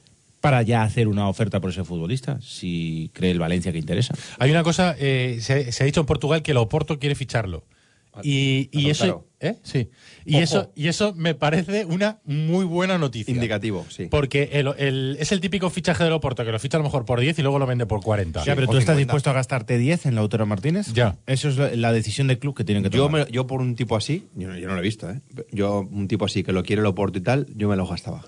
S3: para ya hacer una oferta por ese futbolista, si cree el Valencia que interesa.
S2: Hay una cosa, eh, se, se ha dicho en Portugal que el Oporto quiere ficharlo.
S5: Ah,
S2: Y, y
S3: a
S2: eso,
S3: Lautaro.
S2: ¿eh? sí. y
S3: Ojo.
S2: eso y eso me parece una muy buena noticia. Indicativo, sí. Porque el- el- es el típico fichaje del Oporto, que lo ficha a lo mejor por 10 y luego lo vende por 40.
S3: Ya, pero tú estás dispuesto a gastarte 10 en Lautaro Martínez. pues Ya. Eso es la, la decisión del club que tienen que
S5: Yo,
S3: tomar.
S5: me- yo por un tipo así, yo no, yo no lo he visto, ¿eh? Yo, un tipo así que lo quiere el Oporto y tal, yo me lo gastaba.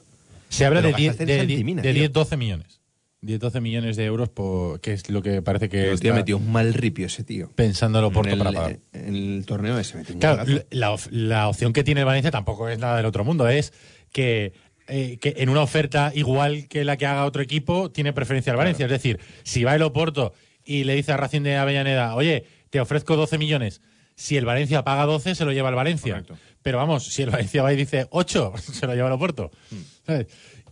S2: Se habla
S5: Pero
S2: de 10,
S5: gastaste en
S2: de,
S5: Santimina,
S2: 10,
S5: tío.
S2: 12 millones. 10, 12 millones de euros, por, que es lo que parece que.
S5: Pero, tío, metió un mal ripio ese tío.
S2: Pensando el Oporto
S5: En el- eh,
S2: para pagar.
S5: En el torneo ese metió un
S2: Claro,
S5: golazo.
S2: l- la, of- la opción que tiene el Valencia tampoco es nada del otro mundo. Es que, eh, que en una oferta igual que la que haga otro equipo, tiene preferencia el Valencia. Es decir, si va el Oporto y le dice a Racing de Avellaneda, oye, te ofrezco 12 millones. Si el Valencia paga 12, se lo lleva el Valencia. Pero vamos, si el Valencia va y dice 8, se lo lleva el Oporto.
S4: Mm.
S2: ¿Sabes?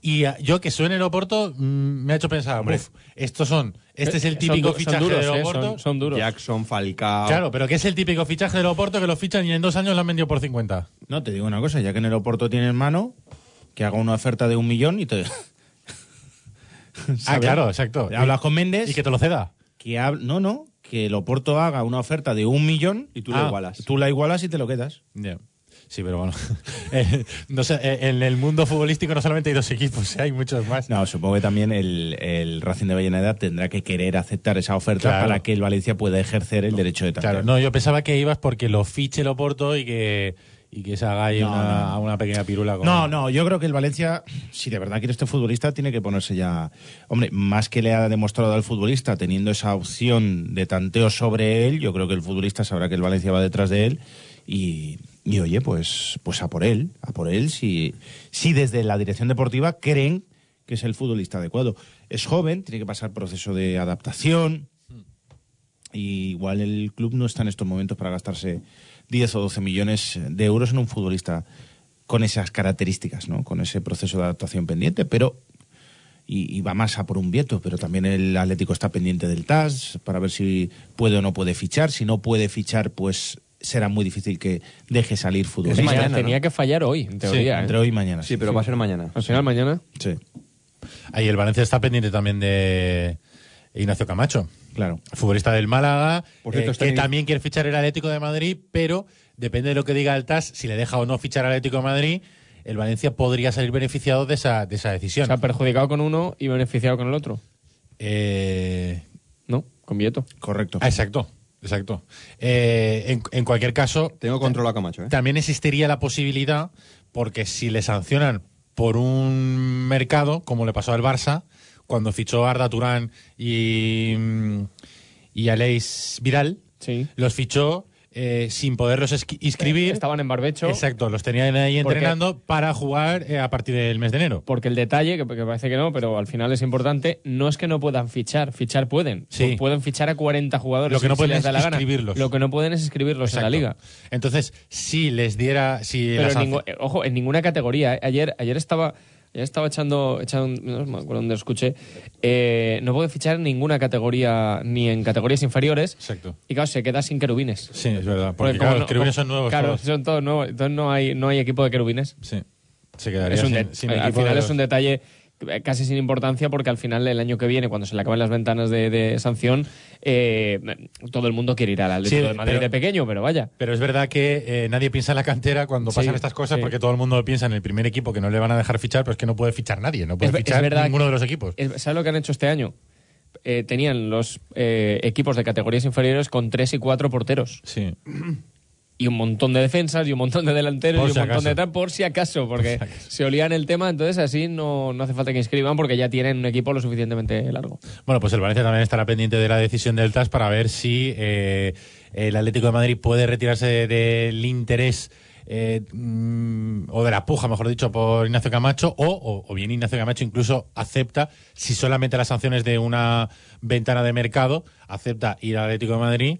S2: Y ah, yo que suene el Oporto mm, me ha hecho pensar,
S4: Hombre.
S2: "Uf, estos son, este es el
S4: Son
S2: típico
S4: du- son
S2: fichaje
S4: duros,
S2: del
S4: eh,
S2: Oporto.
S4: son- son duros.
S5: Jackson,
S3: Ah.
S5: Falcao.
S2: Claro, pero que es el típico fichaje del Oporto que lo fichan y en dos años lo han vendido por 50.
S3: No, te digo una cosa, ya que en el Oporto tienen mano, que haga una oferta de un millón y te...
S2: Ah,
S3: ¿Sabes?
S2: claro, exacto.
S3: Hablas con Méndez...
S2: Y que te lo ceda.
S3: Que hab- No, no, que el Oporto haga una oferta de un millón... Y
S2: Ah, tú la igualas.
S3: Tú la igualas y te lo quedas.
S2: Ya. Sí, pero bueno. Eh, no sé, eh, en el mundo futbolístico no solamente hay dos equipos, eh, hay muchos más.
S3: No, supongo que también el, el Racing de Valleneda tendrá que querer aceptar esa oferta
S2: Claro.
S3: para que el Valencia pueda ejercer el derecho de tanteo.
S2: Claro, no, yo pensaba que ibas porque lo fiche el Oporto y que, y que se haga ahí
S3: No,
S2: una,
S3: no.
S2: una pequeña pirula. Con...
S3: No, no, yo creo que el Valencia, si de verdad quiere este futbolista, tiene que ponerse ya. Hombre, más que le ha demostrado al futbolista teniendo esa opción de tanteo sobre él, yo creo que el futbolista sabrá que el Valencia va detrás de él y, y, oye, pues, pues a por él, a por él, si, si desde la dirección deportiva creen que es el futbolista adecuado. Es joven, tiene que pasar proceso de adaptación. Y igual el club no está en estos momentos para gastarse 10 o 12 millones de euros en un futbolista con esas características, ¿no? con ese proceso de adaptación pendiente, pero y, y va más a por un Vieto, pero también el Atlético está pendiente del TAS para ver si puede o no puede fichar. Si no puede fichar, pues será muy difícil que deje salir futbolistas.
S4: Tenía- tenía que fallar hoy, en teoría.
S3: entre
S4: ¿eh?
S3: hoy y mañana. Sí,
S5: pero va a ser mañana.
S2: Ah,
S4: Al final, mañana.
S3: Sí.
S2: Ahí el Valencia está pendiente también de Ignacio Camacho.
S3: Claro.
S2: Futbolista del Málaga,
S3: Por cierto,
S2: eh,
S3: está
S2: que
S3: en-
S2: también quiere fichar el Atlético de Madrid, pero depende de lo que diga el TAS, si le deja o no fichar al Atlético de Madrid, el Valencia podría salir beneficiado de esa, de esa decisión.
S4: Se ha perjudicado con uno y beneficiado con el otro.
S2: Eh,
S4: No, con Vieto.
S3: Correcto.
S2: ah, exacto, exacto. Eh, en, en cualquier caso,
S5: Tengo control a Camacho, ¿eh?
S2: también existiría la posibilidad, porque si le sancionan por un mercado, como le pasó al Barça, cuando fichó a Arda Turán y, mm, y Aleix Viral, los fichó eh, sin poderlos esqui- inscribir.
S4: Estaban en barbecho.
S2: Exacto, los tenían ahí
S4: Porque-
S2: entrenando para jugar eh, a partir del mes de enero.
S4: Porque el detalle, que, que parece que no, pero al final es importante, no es que no puedan fichar, fichar pueden.
S2: Sí.
S4: Pueden fichar a 40 jugadores.
S2: Lo que no
S4: si
S2: pueden
S4: les
S2: es
S4: da la gana.
S2: inscribirlos.
S4: Lo que no pueden es inscribirlos en la
S2: Exacto.
S4: liga.
S2: Entonces, si les diera. Si
S4: Pero
S2: la
S4: en
S2: sanción-
S4: ningú- eh, ojo, en ninguna categoría. eh. Ayer, ayer estaba, ayer estaba echando, echando- no me acuerdo dónde lo escuché, eh, no puede fichar en ninguna categoría, ni en categorías inferiores.
S2: Exacto.
S4: Y claro, se queda sin querubines.
S2: Sí, es verdad. Porque, claro,
S4: Porque como
S2: los
S4: no-
S2: querubines son
S4: como-
S2: nuevos.
S4: Claro,
S2: todos.
S4: son todos nuevos. Entonces no hay, no hay equipo de querubines.
S2: Sí. Se quedaría
S4: Es un
S2: sin-
S4: de-
S2: sin
S4: al
S2: equipo
S4: final
S2: de
S4: es
S2: los-
S4: un detalle eh, casi sin importancia porque al final el año que viene, cuando se le acaben las ventanas de, de sanción, eh, todo el mundo quiere ir al Atlético
S2: Sí,
S4: de Madrid
S2: pero-
S4: de pequeño, pero vaya.
S2: Pero es verdad que eh, nadie piensa en la cantera cuando
S4: Sí,
S2: pasan estas cosas,
S4: sí.
S2: porque todo el mundo piensa en el primer equipo que no le van a dejar fichar, pero es que no puede fichar nadie, no puede
S4: ve-
S2: fichar
S4: verdad
S2: ninguno
S4: que-
S2: de los equipos.
S4: es- ¿Sabes lo que han hecho este año? Eh, tenían los eh, equipos de categorías inferiores con tres y cuatro porteros.
S2: Sí.
S4: y un montón de defensas y un montón de delanteros
S2: Por
S4: y un
S2: si
S4: montón
S2: acaso.
S4: de tal, por si acaso, porque se olían el tema, entonces así no, no hace falta que inscriban porque ya tienen un equipo lo suficientemente largo.
S2: Bueno, pues el Valencia también estará pendiente de la decisión del TAS para ver si eh, el Atlético de Madrid puede retirarse de- del interés eh, mm, o de la puja, mejor dicho, por Ignacio Camacho, o, o- o bien Ignacio Camacho incluso acepta, si solamente las sanciones de una ventana de mercado, acepta ir al Atlético de Madrid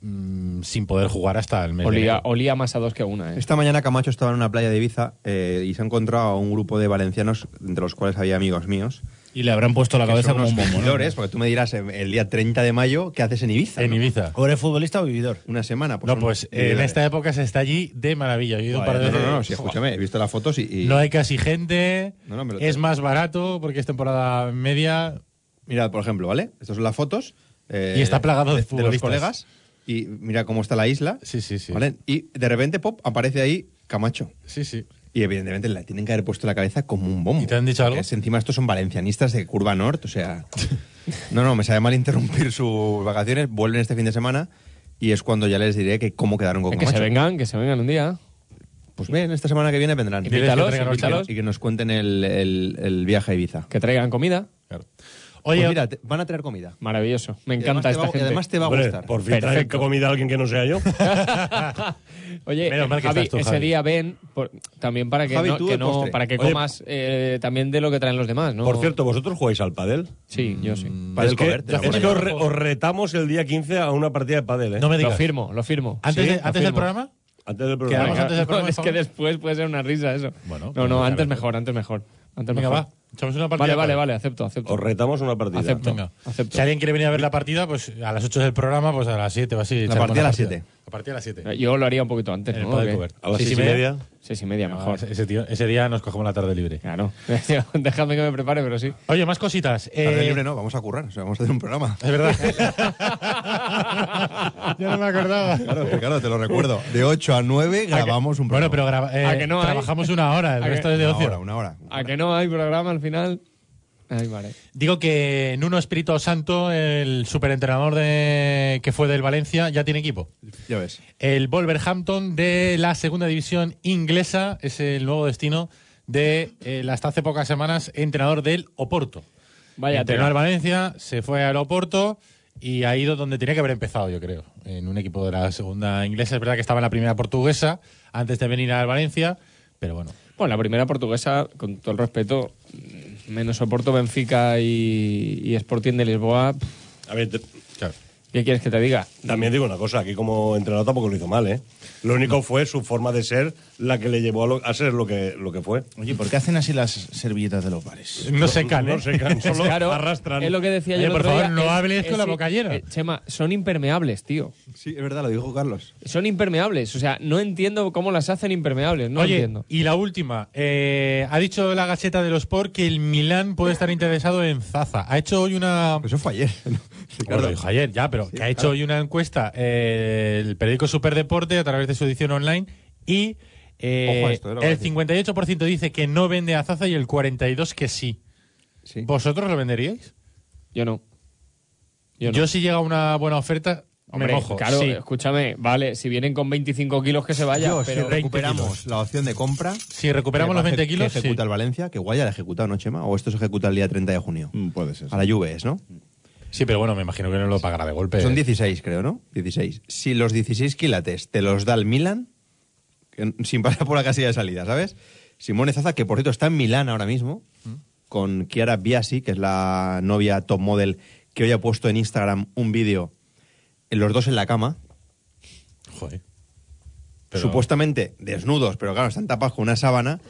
S2: mm, sin poder jugar hasta el mes de
S4: Olía,
S2: enero.
S4: olía más a dos que a una. ¿eh?
S5: Esta mañana Camacho estaba en una playa de Ibiza eh, y se ha encontrado a un grupo de valencianos, entre los cuales había amigos míos.
S3: Y le habrán puesto la
S5: que
S3: cabeza
S5: son
S3: como
S5: unos
S3: un bombo, ¿no?
S5: vividores, Porque tú me dirás eh, el día 30 de mayo, ¿qué haces en Ibiza?
S2: En
S5: no?
S2: Ibiza.
S3: ¿O eres futbolista o vividor?
S5: Una semana. Pues
S2: No,
S5: son
S2: pues eh, en
S5: vividores.
S2: esta época se está allí de maravilla. Yo he ido un par de
S5: No, no, no,
S2: veces.
S5: no, sí, escúchame, he visto las fotos y... y-
S2: No hay casi gente.
S5: No, no, me lo-
S2: Es más barato porque es temporada media.
S5: Mirad, por ejemplo, ¿vale? Estas son las fotos. eh,
S2: Y está plagado de
S5: los
S2: futbolistas.
S5: colegas. Y mira cómo está la isla.
S2: Sí, sí, sí.
S5: ¿vale? Y de repente, pop, aparece ahí Camacho.
S2: Sí, sí.
S5: Y evidentemente le tienen que haber puesto la cabeza como un bombo. ¿Y te
S2: han dicho algo?
S5: encima estos son valencianistas de Curva Norte, o sea... no, no, me sabe mal interrumpir sus vacaciones. Vuelven este fin de semana y es cuando ya les diré que cómo quedaron con
S4: Que
S5: Camacho.
S4: se vengan, que se vengan un día.
S5: Pues ven, esta semana que viene vendrán.
S4: Diles que Invítalos, traigan
S5: y, que,
S4: invítalos.
S5: y que nos cuenten el, el- el viaje a Ibiza.
S4: Que traigan comida.
S5: Oye, Pues mira, te- van a traer comida.
S4: Maravilloso. Me
S5: Y
S4: encanta
S5: además te
S4: esta
S5: va- y
S4: gente.
S5: además te va a
S8: Hombre,
S5: gustar.
S8: Por fin trae
S4: Perfecto.
S8: comida a alguien que no sea yo.
S4: Oye,
S8: Menos mal que
S4: Javi,
S8: estás tú,
S4: ese
S8: Javi.
S4: día ven por- también para que
S8: Javi,
S4: no,
S8: tú
S4: que
S8: el
S4: no-
S8: postre.
S4: para que
S8: Oye,
S4: comas eh, también de lo que traen los demás, ¿no?
S8: Por cierto, ¿vosotros jugáis al pádel?
S4: Sí, yo sí.
S2: mm,
S8: es que,
S4: Coverte,
S8: es
S4: Coverte.
S8: que os, re- os retamos el día 15 a una partida de pádel, ¿eh?
S2: No me digas.
S4: Lo firmo, lo firmo.
S2: ¿Antes,
S4: Sí,
S2: de-
S4: lo
S2: antes del
S4: firmo.
S2: programa?
S8: Antes del programa.
S2: Quedamos
S4: Venga,
S2: antes del
S4: no,
S2: programa.
S4: es que después puede ser una risa eso. no, no, antes mejor, antes mejor. Antes
S2: Venga,
S4: mejor.
S2: va. Echamos una partida.
S4: Vale, vale,
S2: de pádel.
S4: vale, acepto, acepto.
S8: Os retamos una partida.
S4: Acepto.
S2: Venga.
S4: acepto.
S2: Si alguien quiere venir a ver la partida, pues a las 8 del programa, pues a las 7 o así.
S5: La
S2: echar
S5: partida a
S2: una
S5: las 7.
S2: La partida a las 7.
S4: Yo lo haría un poquito antes,
S2: En el
S4: ¿no?
S2: Padel
S4: ¿O qué?
S2: Covert. ¿A las
S4: Seis
S2: seis y media?
S4: Seis y media,
S2: Ah,
S4: mejor.
S2: ese- ese, tío- ese día nos cogemos la tarde libre.
S4: Claro. Dejadme que me prepare, pero sí.
S2: Oye, más cositas.
S5: Tarde
S2: Eh,
S5: libre no, vamos a currar, o sea, vamos a hacer un programa.
S2: Es verdad. Yo no me acordaba.
S5: Claro, claro, te lo recuerdo. De 8 a 9 grabamos un
S2: Bueno,
S5: programa.
S2: pero graba- eh,
S4: ¿A que no hay?
S2: trabajamos una hora, el
S4: ¿A que-
S2: resto es de
S5: una
S2: ocio.
S5: hora, una hora.
S4: ¿A que no hay programa al final? Ay, vale.
S2: Digo que Nuno Espíritu Santo, el superentrenador de, que fue del Valencia, ya tiene equipo.
S5: Ya ves.
S2: El Wolverhampton de la segunda división inglesa es el nuevo destino de el hasta hace pocas semanas entrenador del Oporto.
S4: Vaya
S2: Entrenó al
S4: tela.
S2: Valencia, se fue al Oporto y ha ido donde tenía que haber empezado, yo creo, en un equipo de la segunda inglesa. Es verdad que estaba en la primera portuguesa antes de venir al Valencia, pero bueno.
S4: Bueno, la primera portuguesa, con todo el respeto, menos Oporto, Benfica y, y Sporting de Lisboa. pff,
S8: A ver, te-
S4: ¿Qué quieres que te diga?
S8: también digo una cosa, aquí como entrenador tampoco lo hizo mal, ¿eh? Lo único fue su forma de ser la que le llevó a, lo- a ser lo que, lo que fue.
S3: Oye, ¿por qué hacen así las servilletas de los bares?
S2: No se can, ¿eh?
S8: No secan, solo
S4: Claro,
S8: arrastran.
S4: Es lo que decía
S2: Oye,
S4: yo. el
S2: por
S4: otro
S2: favor,
S4: día,
S2: no
S4: es-
S2: hables con
S4: es-
S2: la boca llena.
S4: eh, Chema, son impermeables, tío.
S5: Sí, es verdad, lo dijo Carlos.
S4: Son impermeables. O sea, no entiendo cómo las hacen impermeables. No
S2: Oye,
S4: entiendo.
S2: y la última. eh, ha dicho la Gaceta de los Sport que el Milán puede estar interesado en Zaza. Ha hecho hoy una...
S5: Eso fue ayer.
S2: Bueno, lo dijo ayer ya, pero que ha hecho hoy una encuesta eh, el periódico Superdeporte a través de su edición online y eh,
S5: Ojo a esto, eh, lo que
S2: el
S5: decís.
S2: 58% dice que no vende a Zaza y el 42% que sí.
S5: Sí.
S2: ¿Vosotros lo venderíais?
S4: Yo no.
S2: Yo,
S4: Yo no.
S2: si llega una buena oferta,
S4: Hombre,
S2: me mojo.
S4: claro,
S2: sí.
S4: escúchame, vale, si vienen con 25 kilos que se vaya,
S5: Yo,
S4: pero
S5: si recuperamos la opción de compra.
S2: Si recuperamos los
S5: que-
S2: 20 kilos,
S5: Que
S2: sí.
S5: ejecuta el Valencia, que guay, la ha ejecutado, ¿no, Chema? O esto se ejecuta el día 30 de junio.
S3: puede ser.
S5: A la Juve es, ¿no?
S2: Mm, pues Sí, pero bueno, me imagino que no lo pagará de golpe.
S5: Son 16, creo, ¿no? 16. Si los 16 quilates te los da el Milan, que- sin pasar por la casilla de salida, ¿sabes? Simone Zaza, que por cierto está en Milán ahora mismo,
S2: Mm.
S5: con Chiara Biasi, que es la novia top model, que hoy ha puesto en Instagram un vídeo, eh, los dos en la cama,
S2: Joder. Pero-
S5: supuestamente desnudos, pero claro, están tapados con una sábana,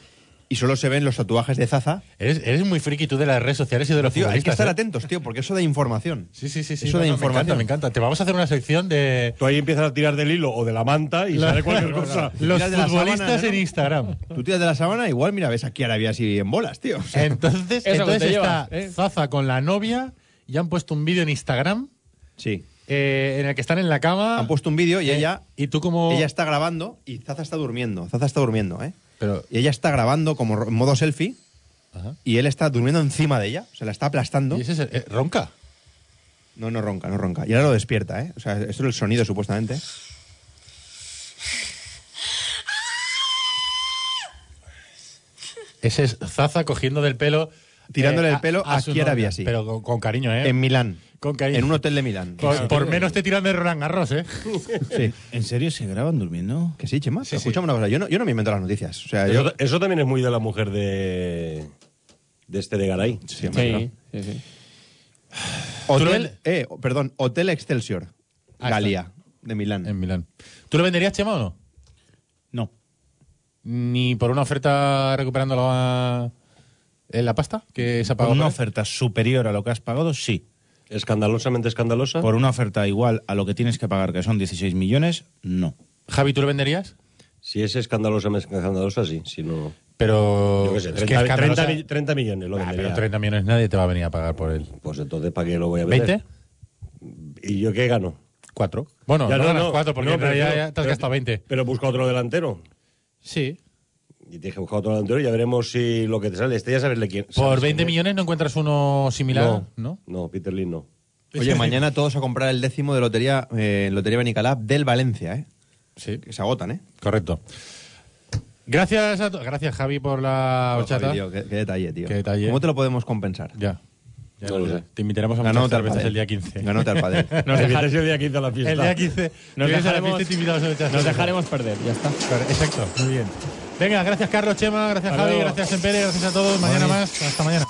S5: y solo se ven los tatuajes de Zaza.
S2: Eres, eres muy friki tú de las redes sociales y de los
S5: Tío, hay que
S2: futbolistas,
S5: estar
S2: ¿eh?
S5: atentos, tío, porque eso da información.
S2: Sí, sí, sí. sí.
S5: Eso
S2: No,
S5: da
S2: no, Me
S5: información.
S2: encanta, me encanta. Te vamos a hacer una sección de...
S8: Tú ahí empiezas a tirar del hilo o de la manta Ah, y
S2: La-
S8: sale cualquier cosa.
S2: Los
S5: Tiras de la
S2: futbolistas
S5: sábana, ¿no?
S2: en Instagram.
S5: Tú tiras de la sábana, igual, mira, ves a Chiara Biasi en bolas, tío. O sea,
S2: Entonces,
S4: Eso que
S2: entonces
S4: te
S2: está
S4: llevas, ¿eh?
S2: Zaza con la novia y han puesto un vídeo en Instagram
S5: sí.
S2: eh, en el que están en la cama.
S5: Han puesto un vídeo y
S2: Eh,
S5: ella
S2: Y tú como...
S5: Ella está grabando y Zaza está durmiendo. Zaza está durmiendo, ¿eh?
S2: Pero-
S5: Y ella está grabando como ro- en modo selfie
S2: Ajá.
S5: y él está durmiendo encima de ella. Se la está aplastando.
S2: Y ese es el- eh, ronca.
S5: No, no ronca, no ronca. Y ahora lo despierta, ¿eh? O sea, esto es el sonido, supuestamente.
S2: Ese es Zaza cogiendo del pelo.
S5: Tirándole
S2: eh,
S5: el pelo a
S2: su
S5: Chiara
S2: novia,
S5: Biasi.
S2: Pero con, con cariño, ¿eh?
S5: En Milán.
S2: Con cariño.
S5: En un hotel de Milán.
S2: Por, por menos te tiran de Roland Garros, ¿eh?
S5: Sí. ¿En serio se graban durmiendo? Que sí, Chema. Escuchame una cosa. Yo no, yo no me invento las noticias. O sea,
S8: Eso,
S5: yo...
S8: ta- eso también es muy de la mujer de, de este de Garay.
S5: Sí, hombre, Hotel, eh, perdón, Hotel Excelsior.
S2: está.
S5: Galia, de Milán.
S2: En Milán. ¿Tú lo venderías, Chema, o no?
S3: No.
S2: ¿Ni por una oferta recuperando la, eh, la pasta que se ha pagado?
S3: Por una
S2: por él?
S3: oferta superior a lo que has pagado, sí.
S8: Escandalosamente escandalosa.
S3: Por una oferta igual a lo que tienes que pagar, que son 16 millones, no.
S2: Javi, ¿tú lo venderías?
S8: Si es escandalosamente escandalosa, sí. Si no...
S2: Pero.
S8: Yo qué sé,
S2: Pues es
S8: 30,
S2: que escandalosa-
S8: 30 mi- 30 millones lo
S2: Ah,
S8: vendería.
S2: pero 30 millones nadie te va a venir a pagar por él.
S8: Pues entonces, ¿para qué lo voy a vender?
S2: ¿20?
S8: ¿Y yo qué gano?
S2: Cuatro. Bueno, no ganas cuatro, porque en
S8: pero
S2: realidad
S8: claro,
S2: ya te has
S8: pero-
S2: gastado 20.
S8: Pero busca otro delantero.
S2: Sí.
S8: Y tienes que buscar otro delantero y ya veremos si lo que te sale. Este ya sabes de quién.
S2: ¿Por
S8: sabes quién
S2: 20
S8: es.
S2: millones no encuentras uno similar?
S8: No, no, Peter Lee no.
S5: Oye, mañana todos a comprar el décimo de Lotería, eh, lotería Benicalap del Valencia, ¿eh?
S2: Sí.
S5: Que se agotan, ¿eh?
S2: Correcto. Gracias, a to- gracias Javi, por
S3: Ah,
S2: la
S5: Oh,
S2: horchata.
S5: Javi, tío, qué, qué detalle, tío.
S2: Qué detalle.
S5: ¿Cómo te lo podemos compensar?
S2: Ya. Ya
S5: No lo
S2: lo sé.
S5: sé.
S2: Te invitaremos a
S5: Ganó
S2: muchas
S5: otra
S2: cervezas
S5: padel.
S2: el día 15.
S5: Ganóte al padel.
S4: Nos dejar-
S8: el día 15 a la fiesta.
S2: El día 15. Te
S4: Nos
S2: vienes a la
S4: dejaremos-
S2: fiesta y te invitamos a muchas
S4: Nos
S2: cervezas.
S4: dejaremos perder, ya está.
S2: Exacto, muy bien. Venga, gracias Carlos, Chema, gracias
S4: Hasta
S2: Javi,
S4: luego.
S2: gracias Empere, gracias a todos. Mañana más. Hasta mañana.